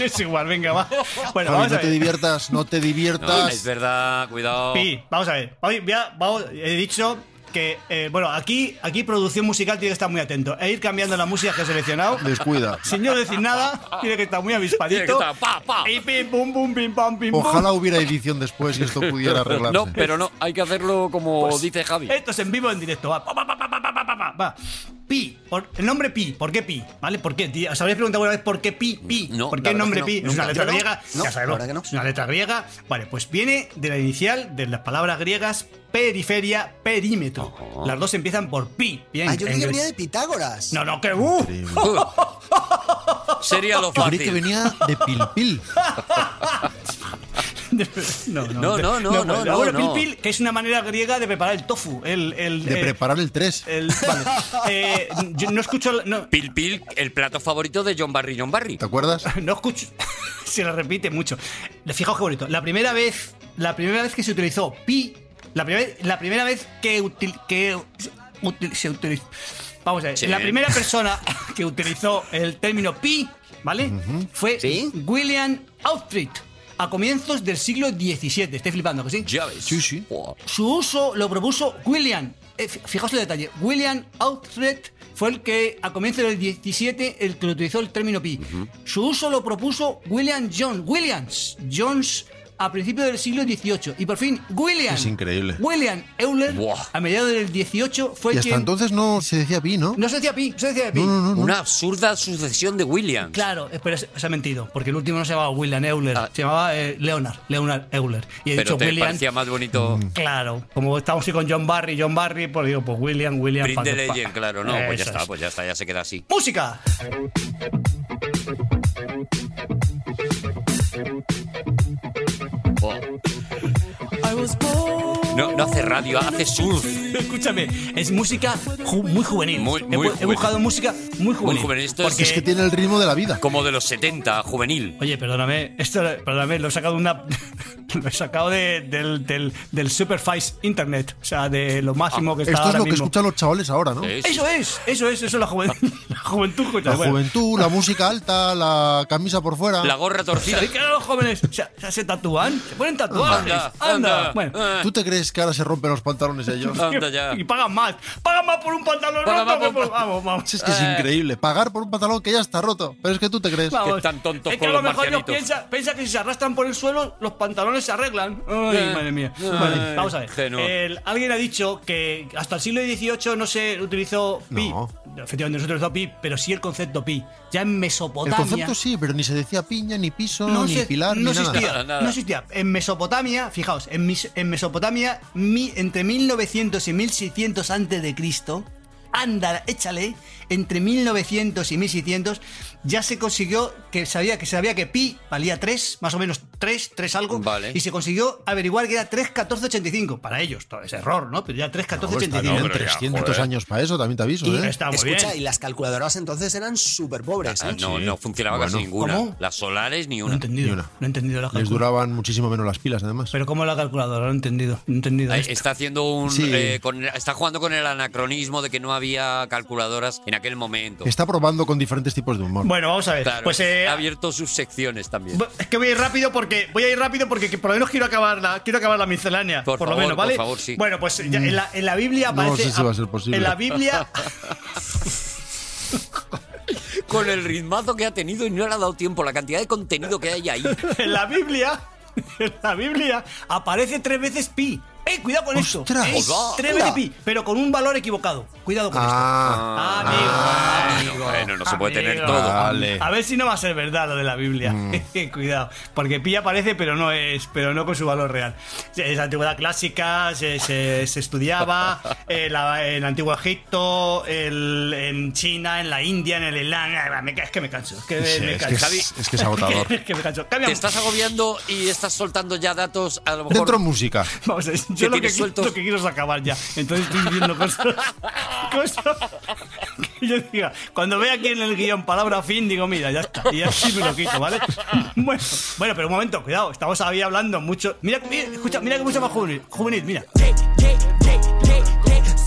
S4: es, igual, venga, va. Bueno,
S6: Javi,
S4: vamos
S6: no
S4: a
S6: te
S4: ver.
S6: diviertas, no te
S1: No,
S6: diviertas.
S1: es verdad, cuidado.
S4: Pi, vamos a ver. Hoy voy a- vamos- he dicho que, eh, bueno, aquí, aquí producción musical tiene que estar muy atento e ir cambiando la música que he seleccionado.
S6: Descuida.
S4: Sin yo decir nada, tiene que estar muy
S1: Tiene que
S4: avispadito.
S1: estar pa, pa.
S4: Y pim, pum, pum, pim, pam, pim, pum.
S6: Ojalá hubiera edición después y esto pudiera arreglarse.
S1: No, pero no, hay que hacerlo como dice Javi.
S4: Pues, Esto es en vivo, en directo. Va, pa, pa, pa, pa, pa, pa, pa, pa, pa. Pi, por- el nombre Pi, ¿por qué Pi? ¿Vale? ¿Por qué? ¿Os habréis preguntado alguna vez por qué Pi? Pi.
S1: No,
S4: ¿Por
S2: la
S4: qué el
S2: verdad
S4: nombre
S2: que no,
S4: Pi? Es
S2: nunca.
S4: una letra
S2: Yo no,
S4: griega.
S2: no,
S4: ya sabemos.
S2: la verdad que no.
S4: Es una letra griega. Vale, pues viene de la inicial de las palabras griegas periferia, perímetro. Las dos empiezan por Pi. Bien.
S2: Ah, yo creí
S4: en
S2: que
S4: gre-
S2: venía de Pitágoras.
S4: No, no, que. Uh,
S1: Uh. Sería lo
S6: Yo creí que
S1: fácil.
S6: venía de pilpil.
S1: No,
S4: no,
S1: no, no,
S4: no,
S1: no,
S4: bueno,
S1: no,
S4: bueno,
S1: no.
S4: pil, pil, que es una manera griega de preparar el tofu. El, el,
S6: De
S4: eh,
S6: preparar el 3.
S4: el- vale. Eh, yo no escucho. la- No,
S1: Pil Pil, el plato favorito de John Barry. John Barry.
S6: ¿Te acuerdas?
S4: No escucho. se la repite mucho. Fijaos qué bonito. La primera vez. La primera vez que se utilizó pi. La, primer- la primera vez que, util- que util- se utilizó. Vamos a ver.
S1: Sí.
S4: La primera persona que utilizó el término pi, ¿vale? Fue
S2: Sí.
S4: William Outfit. A comienzos del siglo XVII. Estoy flipando, ¿que sí?
S1: Ya ves.
S6: Sí, sí.
S1: Buah.
S4: Su uso lo propuso William. Eh, fi- fijaos el detalle. William Outred fue el que a comienzos del 17 el que utilizó el término pi. Su uso lo propuso William John Williams. Jones a principios del siglo XVIII. Y por fin, William.
S6: Es increíble.
S4: William Euler,
S1: Buah.
S4: a mediados del XVIII, fue
S6: Y hasta
S4: quien.
S6: entonces Mm. no se decía pi, ¿no?
S4: No se decía pi, no se decía pi.
S6: No, no, no. no.
S1: Una absurda sucesión de Williams.
S4: Claro, eh, pero se, se ha mentido, porque el último no se llamaba William Euler,
S1: Ah.
S4: se llamaba eh, Leonard, Leonard Euler. Y he
S1: Pero
S4: dicho
S1: te
S4: William.
S1: parecía más bonito.
S6: Mm.
S4: Claro, como estamos hoy con John Barry, John Barry, pues digo, pues William, William.
S1: Print
S4: pa-
S1: the
S4: pa-
S1: Legend, claro, no, pues ya
S4: Eso
S1: está,
S4: es.
S1: pues ya está, ya se queda así.
S4: ¡Música!
S1: Buah. No, no hace radio, hace surf.
S4: Escúchame, es música ju- muy juvenil.
S1: Muy-
S4: He
S1: muy
S4: pu- he,
S1: juvenil.
S4: buscado música muy juvenil.
S1: juvenil, esto es-
S4: porque-
S6: Es que tiene el ritmo de la vida.
S1: Como de los 70, juvenil.
S4: Oye, perdóname, esto, perdóname, lo he sacado de una, lo he sacado de- del, del, del Superfice Internet, o sea, de
S1: Ah,
S4: lo máximo que está
S6: Esto es
S4: ahora
S6: lo que
S4: mismo.
S6: escuchan los chavales ahora, ¿no?
S1: Sí, sí.
S4: Eso es, eso es, eso es la, juven-
S1: Ah.
S4: la juventud. escucha,
S6: La
S4: bueno.
S6: juventud, la música alta, la camisa por fuera.
S1: La gorra torcida.
S4: ¿Sabéis qué hacen los jóvenes? O sea, se tatúan, se ponen tatuajes.
S1: Anda,
S4: Anda,
S1: anda.
S4: Bueno,
S1: Ah,
S6: ¿Tú te crees que ahora se rompen los pantalones ellos?
S1: anda ya.
S4: y pagan más. Pagan más por un pantalón
S1: Pagan más
S4: roto que
S1: por-
S4: por- Vamos, vamos.
S6: Si Es que es increíble. Pagar por un pantalón que ya está roto. Pero es que tú te crees.
S4: vamos.
S1: están tontos
S4: es que
S1: con
S4: a lo
S1: los
S4: mejor ellos
S1: marcianitos.
S4: piensan piensa que si se arrastran por el suelo, los pantalones se arreglan. Ay,
S1: Eh,
S4: madre mía.
S1: ay,
S4: Vale, vamos a ver.
S1: ingenuo.
S4: El- alguien ha dicho que hasta el siglo XVIII no se utilizó pi.
S6: No.
S4: Efectivamente, no se utilizó pi, pero sí el concepto pi. Ya en
S6: El
S4: Mesopotamia.
S6: concepto sí, pero ni se decía piña, ni piso, ni
S4: se-
S6: pilar,
S4: no
S6: ni
S4: existía,
S6: nada.
S1: nada, nada.
S4: no existía. En Mesopotamia, fijaos, en, mis- en Mesopotamia, mi- entre 1900 y 1600 antes de Cristo, anda, échale, entre 1900 y 1600 ya se consiguió que sabía que sabía que pi valía 3, más o menos 3, 3 algo,
S1: Vale.
S4: y se consiguió averiguar que era 3,1485 para ellos, todo es error, ¿no? Pero ya
S6: No, está
S4: 3,1485.
S6: bien,
S1: pero ya,
S6: 300
S1: joder.
S6: años para eso, también te aviso,
S4: y
S6: ¿eh?
S4: está muy
S2: Escucha,
S4: bien.
S2: y las calculadoras entonces eran ¿eh? súper pobres.
S1: Ah, no,
S4: ¿eh?
S1: no funcionaba casi
S6: Bueno.
S1: ninguna.
S4: ¿Cómo?
S1: Las solares ni
S4: No he
S1: una.
S4: entendido,
S6: Ni
S4: no
S6: una.
S4: he entendido la
S6: Les
S4: calculadora.
S6: duraban muchísimo menos las pilas, además.
S4: Pero cómo la calculadora, no he entendido, no he entendido.
S1: Ay,
S4: esto.
S1: Está haciendo un.
S6: Sí.
S1: eh, con- está jugando con el anacronismo de que no había calculadoras en aquel momento.
S6: Está probando con diferentes tipos de humor.
S4: Bueno, vamos a ver.
S1: Claro,
S4: pues eh,
S1: ha abierto sus secciones también.
S4: Bu- Es que voy a ir rápido porque voy a ir rápido porque que por lo menos quiero acabar la quiero acabar la miscelánea
S1: Por
S4: por,
S1: favor,
S4: lo menos
S1: por
S4: vale
S1: favor, sí.
S4: bueno pues ya en, la, en la Biblia
S6: No
S4: aparece
S6: sé si va a ser posible.
S4: en la Biblia
S1: Con el ritmazo que ha tenido y no le ha dado tiempo, la cantidad de contenido que hay ahí.
S4: en la Biblia en la Biblia aparece tres veces pi eh cuidado con
S6: ¡Ostras!
S4: esto Eh, tres veces pi pero con un valor equivocado cuidado con
S6: Ah,
S4: esto amigo
S1: Bueno, bueno, no se puede tener
S4: Amigo.
S1: todo. Mm.
S6: vale.
S4: A ver si no va a ser verdad lo de la Biblia. Cuidado. Porque Pi aparece, pero no es, pero no con su valor real. Es la antigüedad clásica, se, se- se estudiaba en, la- en Antiguo Egipto, el- en China, en la India, en el Islam. Ah, me ca- es que me canso. Es que me,
S6: Sí,
S4: me
S6: es, que
S4: canso.
S6: es, es que es agotador.
S4: Es que me canso.
S1: Te
S4: Cambiamos.
S1: estás agobiando y estás soltando ya datos a lo mejor.
S6: Dentro música.
S4: Vamos a ver, yo lo que,
S1: tienes sueltos?
S4: lo que quiero es acabar ya. Entonces estoy diciendo cosas, cosas que yo diga. Cuando vea aquí en el guión palabra fin, digo, mira, ya está. Y así me lo quito, ¿vale? Bueno, bueno, pero un momento, cuidado. Estamos ahí hablando mucho. Mira, mira, escucha, mira que mucho más juvenil. Juvenil, mira.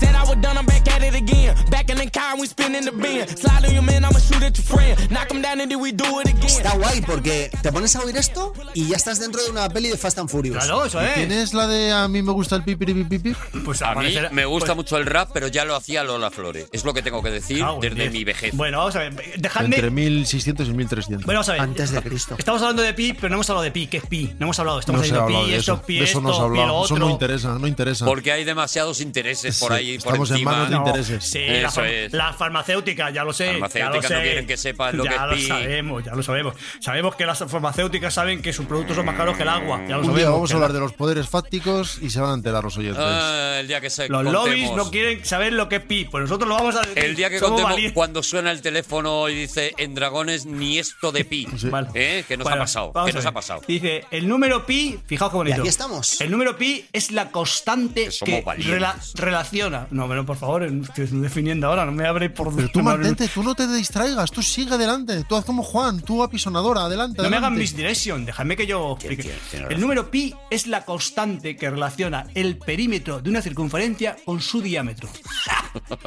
S7: Said I was done, I'm back at it again. Back in the car, we spin in the bin. Slide on your man, I'ma shoot at your friend. Knock him down and then we do it again.
S2: Está guay porque te pones a oír esto y ya estás dentro de una peli de Fast and Furious.
S4: Claro, eso es.
S6: ¿Tienes la de a mí me gusta el pipiripipipi?
S4: Pues
S1: A mí
S4: aparecerá-
S1: me gusta
S4: pues-
S1: mucho el rap, pero ya lo hacía Lola Flores. Es lo que tengo que decir
S4: Cago en
S1: desde
S4: diez.
S1: mi vejez.
S4: Bueno, vamos a ver. Dejadme.
S6: Entre 1600 y 1300.
S4: Bueno, vamos a ver.
S2: Antes de Cristo.
S4: Estamos hablando de pi, pero no hemos hablado de pi. ¿Qué es pi? No hemos hablado. Estamos
S6: no se ha
S4: hablando
S6: hablado
S4: pi,
S6: de
S4: esto,
S6: eso.
S4: pi,
S6: de
S4: esto,
S6: eso no se
S4: pi,
S6: ha
S4: lo
S6: hablado. Eso
S4: otro.
S6: no interesa, no interesa.
S1: Porque hay demasiados intereses por
S6: Sí,
S1: ahí, por
S6: estamos en
S1: encima.
S6: manos de
S4: No,
S6: intereses.
S4: Sí,
S1: Eso
S4: las far-
S1: es.
S4: las farmacéuticas, ya lo sé.
S1: Farmacéuticas
S4: ya lo
S1: no
S4: sé.
S1: quieren que sepas lo
S4: ya
S1: que es
S4: lo
S1: pi.
S4: sabemos, ya lo sabemos. Sabemos que las farmacéuticas saben que sus productos son más caros que el agua. Ya lo
S6: Un
S4: sabemos.
S6: día vamos
S4: que
S6: a hablar
S4: la-
S6: de los poderes fácticos y se van a enterar los oyentes.
S1: Ah, el día que se
S4: Los
S1: contemos-
S4: lobbies no quieren saber lo que es pi. Pues nosotros lo vamos a decir.
S1: El día que
S4: Somos
S1: contemos
S4: valientes.
S1: cuando suena el teléfono y dice en dragones ni esto de pi.
S4: Vale.
S1: ¿Eh? ¿Qué nos
S4: Bueno,
S1: ha pasado?
S4: vamos
S1: ¿Qué
S4: a
S1: nos
S4: ver.
S1: ha pasado?
S4: Dice, el número pi, fijaos qué bonito.
S2: Y aquí estamos.
S4: El número pi es la constante
S1: Que
S4: que,
S1: somos valientes.
S4: rela- relaciona. No, pero por favor, estoy definiendo ahora, no me abréis por
S6: Pero tú
S4: no me abréis-
S6: mantente, tú no te distraigas, tú sigue adelante. Tú haz como Juan, tú apisonadora, adelante.
S4: No me hagan
S6: adelante.
S4: misdirection, déjame que yo explique.
S1: tiene- tiene
S4: el
S1: razón.
S4: número pi es la constante que relaciona el perímetro de una circunferencia con su diámetro.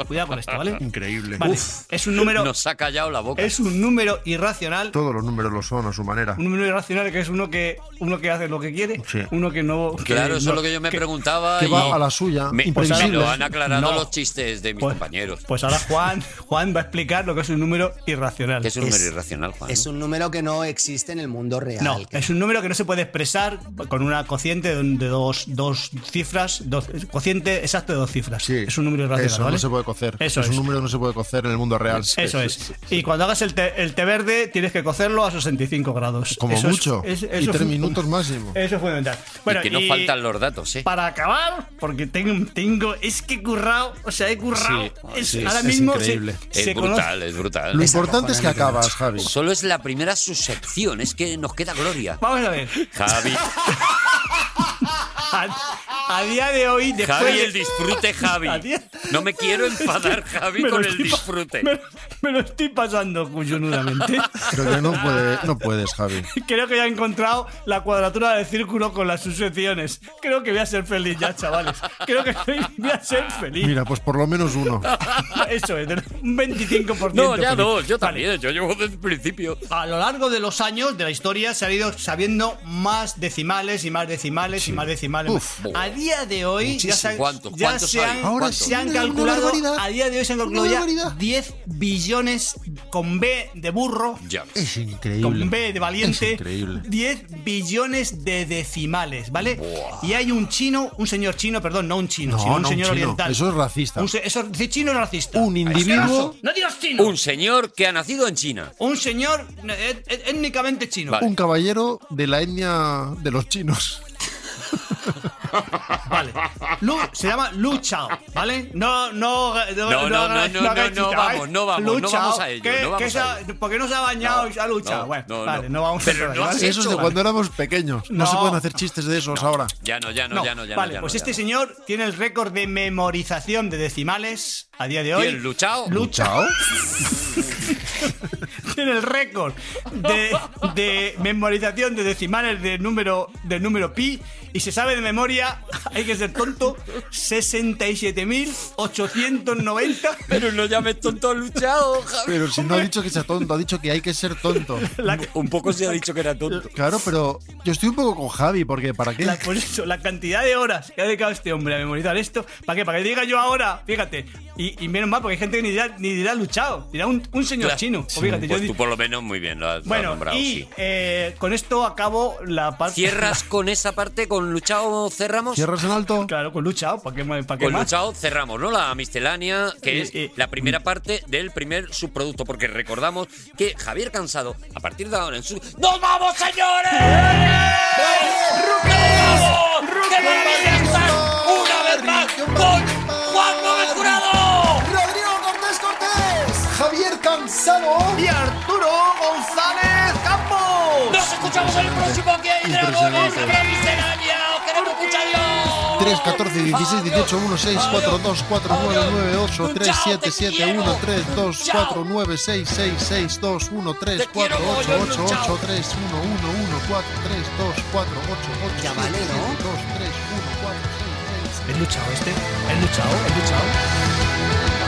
S4: Cuidado con esto, ¿vale?
S6: Increíble.
S4: Vale,
S6: Uf,
S4: es un número
S1: Nos ha callado la boca.
S4: es un número irracional,
S6: todos los números lo son a su manera.
S4: un número irracional que es uno que uno que hace lo que quiere,
S6: Sí.
S4: uno que no que
S1: Claro, eso
S4: no-
S1: es lo que yo me preguntaba.
S6: Que
S1: y
S6: va a la suya,
S1: me,
S6: imprevisible.
S1: me lo han aclarado
S4: No.
S1: los chistes de mis compañeros.
S4: Pues ahora Juan, Juan va a explicar lo que es un número irracional.
S1: Que es un número irracional, Juan.
S2: Es un número que no existe en el mundo real.
S4: No, es un número que no se puede expresar con una cociente de de dos, dos cifras, dos, cociente exacto de dos cifras. es un número irracional.
S6: Eso
S4: ¿vale?
S6: no se puede cocer.
S4: Eso
S6: es, un
S4: es.
S6: número que no se puede cocer en el mundo real.
S4: Eso es. Y cuando hagas el té, el té verde, tienes que cocerlo a 65 grados.
S6: Como
S4: Eso es-
S6: mucho.
S4: es-
S6: Y
S4: eso es
S6: tres
S4: fu-
S6: minutos máximo.
S4: Eso es fundamental. Bueno,
S1: y que no
S4: y
S1: faltan los datos, ¿eh?
S4: Para acabar, porque tengo, tengo es que he currado, o sea, he currado.
S1: Sí,
S4: es,
S1: sí,
S4: ahora
S6: es
S4: mismo se-
S6: increíble.
S4: se,
S1: Es brutal,
S4: conoce-
S1: es brutal.
S6: Lo importante es que
S2: acojonante,
S6: acabas, Javi.
S1: Solo es la primera subsección, es que nos queda gloria.
S4: Vamos a ver.
S1: Javi,
S4: A, a día de hoy, después
S1: Javi,
S4: de-
S1: el disfrute, Javi.
S4: A día-
S1: No me quiero enfadar, Javi,
S4: me lo
S1: con el
S4: estoy pa-
S1: disfrute.
S4: Me, me lo estoy pasando cuyonudamente.
S6: Pero que no, puede- no puedes, Javi.
S4: Creo que ya he encontrado la cuadratura del círculo con las sucesiones. Creo que voy a ser feliz ya, chavales. Creo que soy- voy a ser feliz.
S6: Mira, pues por lo menos uno.
S4: Eso es, un 25%.
S1: No, ya
S4: feliz.
S1: no, yo
S4: Vale.
S1: también, yo llevo desde el principio.
S4: A lo largo de los años de la historia se han ido sabiendo más decimales y más decimales y más decimales.
S6: Uf.
S4: a día de hoy ya se han,
S1: ¿Cuántos?
S4: ya
S1: ¿Cuántos
S4: se
S1: hay?
S4: han,
S1: Ahora
S4: se
S1: sí,
S4: han
S6: una
S4: calculado
S6: barbaridad.
S4: a día de hoy se han
S6: Una
S4: calculado ya
S6: barbaridad.
S4: 10 billones con B de burro,
S1: Ya.
S6: Es increíble.
S4: con B de valiente,
S6: Es increíble.
S4: 10 billones de decimales, ¿vale? Y hay un chino, un señor chino, perdón, no un chino,
S6: No,
S4: sino un
S6: no un
S4: señor
S6: chino.
S4: oriental.
S6: Eso es racista.
S4: Un se- eso dice chino es racista.
S6: Un individuo,
S4: no digas chino.
S1: Un señor que ha nacido en China.
S4: Un señor eh, eh, étnicamente chino.
S1: Vale.
S6: un caballero de la etnia de los chinos.
S4: Vale. Lu, se llama Lu Chao, ¿vale? No, no, no,
S1: No, no,
S4: hagas-
S1: no, no,
S4: hagas
S1: no, no,
S4: chita,
S1: vamos,
S4: ¿eh?
S1: no vamos,
S4: Lu
S1: no
S4: Chao,
S1: vamos a ello,
S4: que-
S1: no vamos
S4: que se
S1: a
S4: ha-
S1: ello.
S4: porque no se ha bañado
S1: No,
S4: y se ha luchado.
S1: no,
S4: bueno,
S1: no, no.
S4: vale, no, vamos a
S1: Pero
S4: entrar,
S1: no has
S4: ¿vale?
S6: Ah, Eso es de
S1: Hecho,
S6: cuando éramos pequeños. No,
S4: No.
S6: se pueden hacer chistes de esos ahora.
S1: Ya no, ya no,
S4: No,
S1: ya no, ya no.
S4: vale,
S1: ya
S4: pues
S1: no,
S4: este
S1: ya no.
S4: señor tiene el récord de memorización de decimales a día de hoy.
S1: ¿Quién, Lu Chao?
S4: Lu
S6: Chao.
S4: tiene el récord de, de memorización de decimales de número, del número pi y se sabe de memoria, hay que ser tonto, 67.890
S1: Pero no llames tonto a luchado, Javi.
S6: Pero si no ha dicho que sea tonto, ha dicho que hay que ser tonto.
S4: la-
S1: Un poco se ha dicho que era tonto.
S6: Claro, pero yo estoy un poco con Javi, porque ¿para qué?
S4: La, por eso, la cantidad de horas que ha dedicado este hombre a memorizar esto, ¿para qué? Para que diga yo ahora, fíjate. Y, y menos mal, porque hay gente que ni dirá, ni dirá luchado, dirá un, un señor
S1: Claro.
S4: chino. O fíjate, yo
S1: Pues
S4: di-
S1: tú por lo menos muy bien lo has, lo has
S4: bueno,
S1: nombrado,
S4: y
S1: sí.
S4: eh, con esto acabo la parte.
S1: ¿Cierras con esa parte? ¿Con luchado cerramos?
S6: ¿Cierras en alto?
S4: Claro, con luchado, ¿para qué, más- para qué
S1: Con
S4: más? Eh,
S1: Luchao cerramos, ¿no? La miscelánea, que
S4: Y-
S1: es
S4: y-
S1: la primera parte del primer subproducto, porque recordamos que Javier Cansado, a partir de ahora en su... ¡Nos vamos, señores!
S4: ¡Eh!
S1: ¡Nos vamos! ¡Qué maravilla estar una vez más con Juan Gómez Jurado!
S2: Rodrigo Cortés Cortés, Javier Cansado.
S4: Y Arturo González Campos.
S1: ¡Nos escuchamos en el próximo Aquí hay Dragones!
S6: Impresionante.
S1: ¡La miscelánea! ¡Os queremos mucho! ¡Adiós!
S6: 3, 14, 16, 18, 1, 6, 4, 2, 4, 9, 9, 8, 3,
S1: Chao,
S6: 7,
S1: te
S6: 7,
S1: quiero.
S6: 1, 3, 2,
S1: Chao.
S6: 4, 9, 6, 6, 6, 2, 1, 3,
S1: Te
S6: 4,
S1: quiero,
S6: 8,
S1: Goyo,
S6: 8,
S1: chao.
S6: 8, 3, 1, 1, 1, 4, 3, 2, 4, 8, 8,
S2: Ya
S6: 7,
S2: vale,
S6: 7, 2, 3, 1,
S2: ¿no?
S6: 4, 6, 6,
S4: ¿Es luchado este? ¿Es luchado? ¿Es luchado?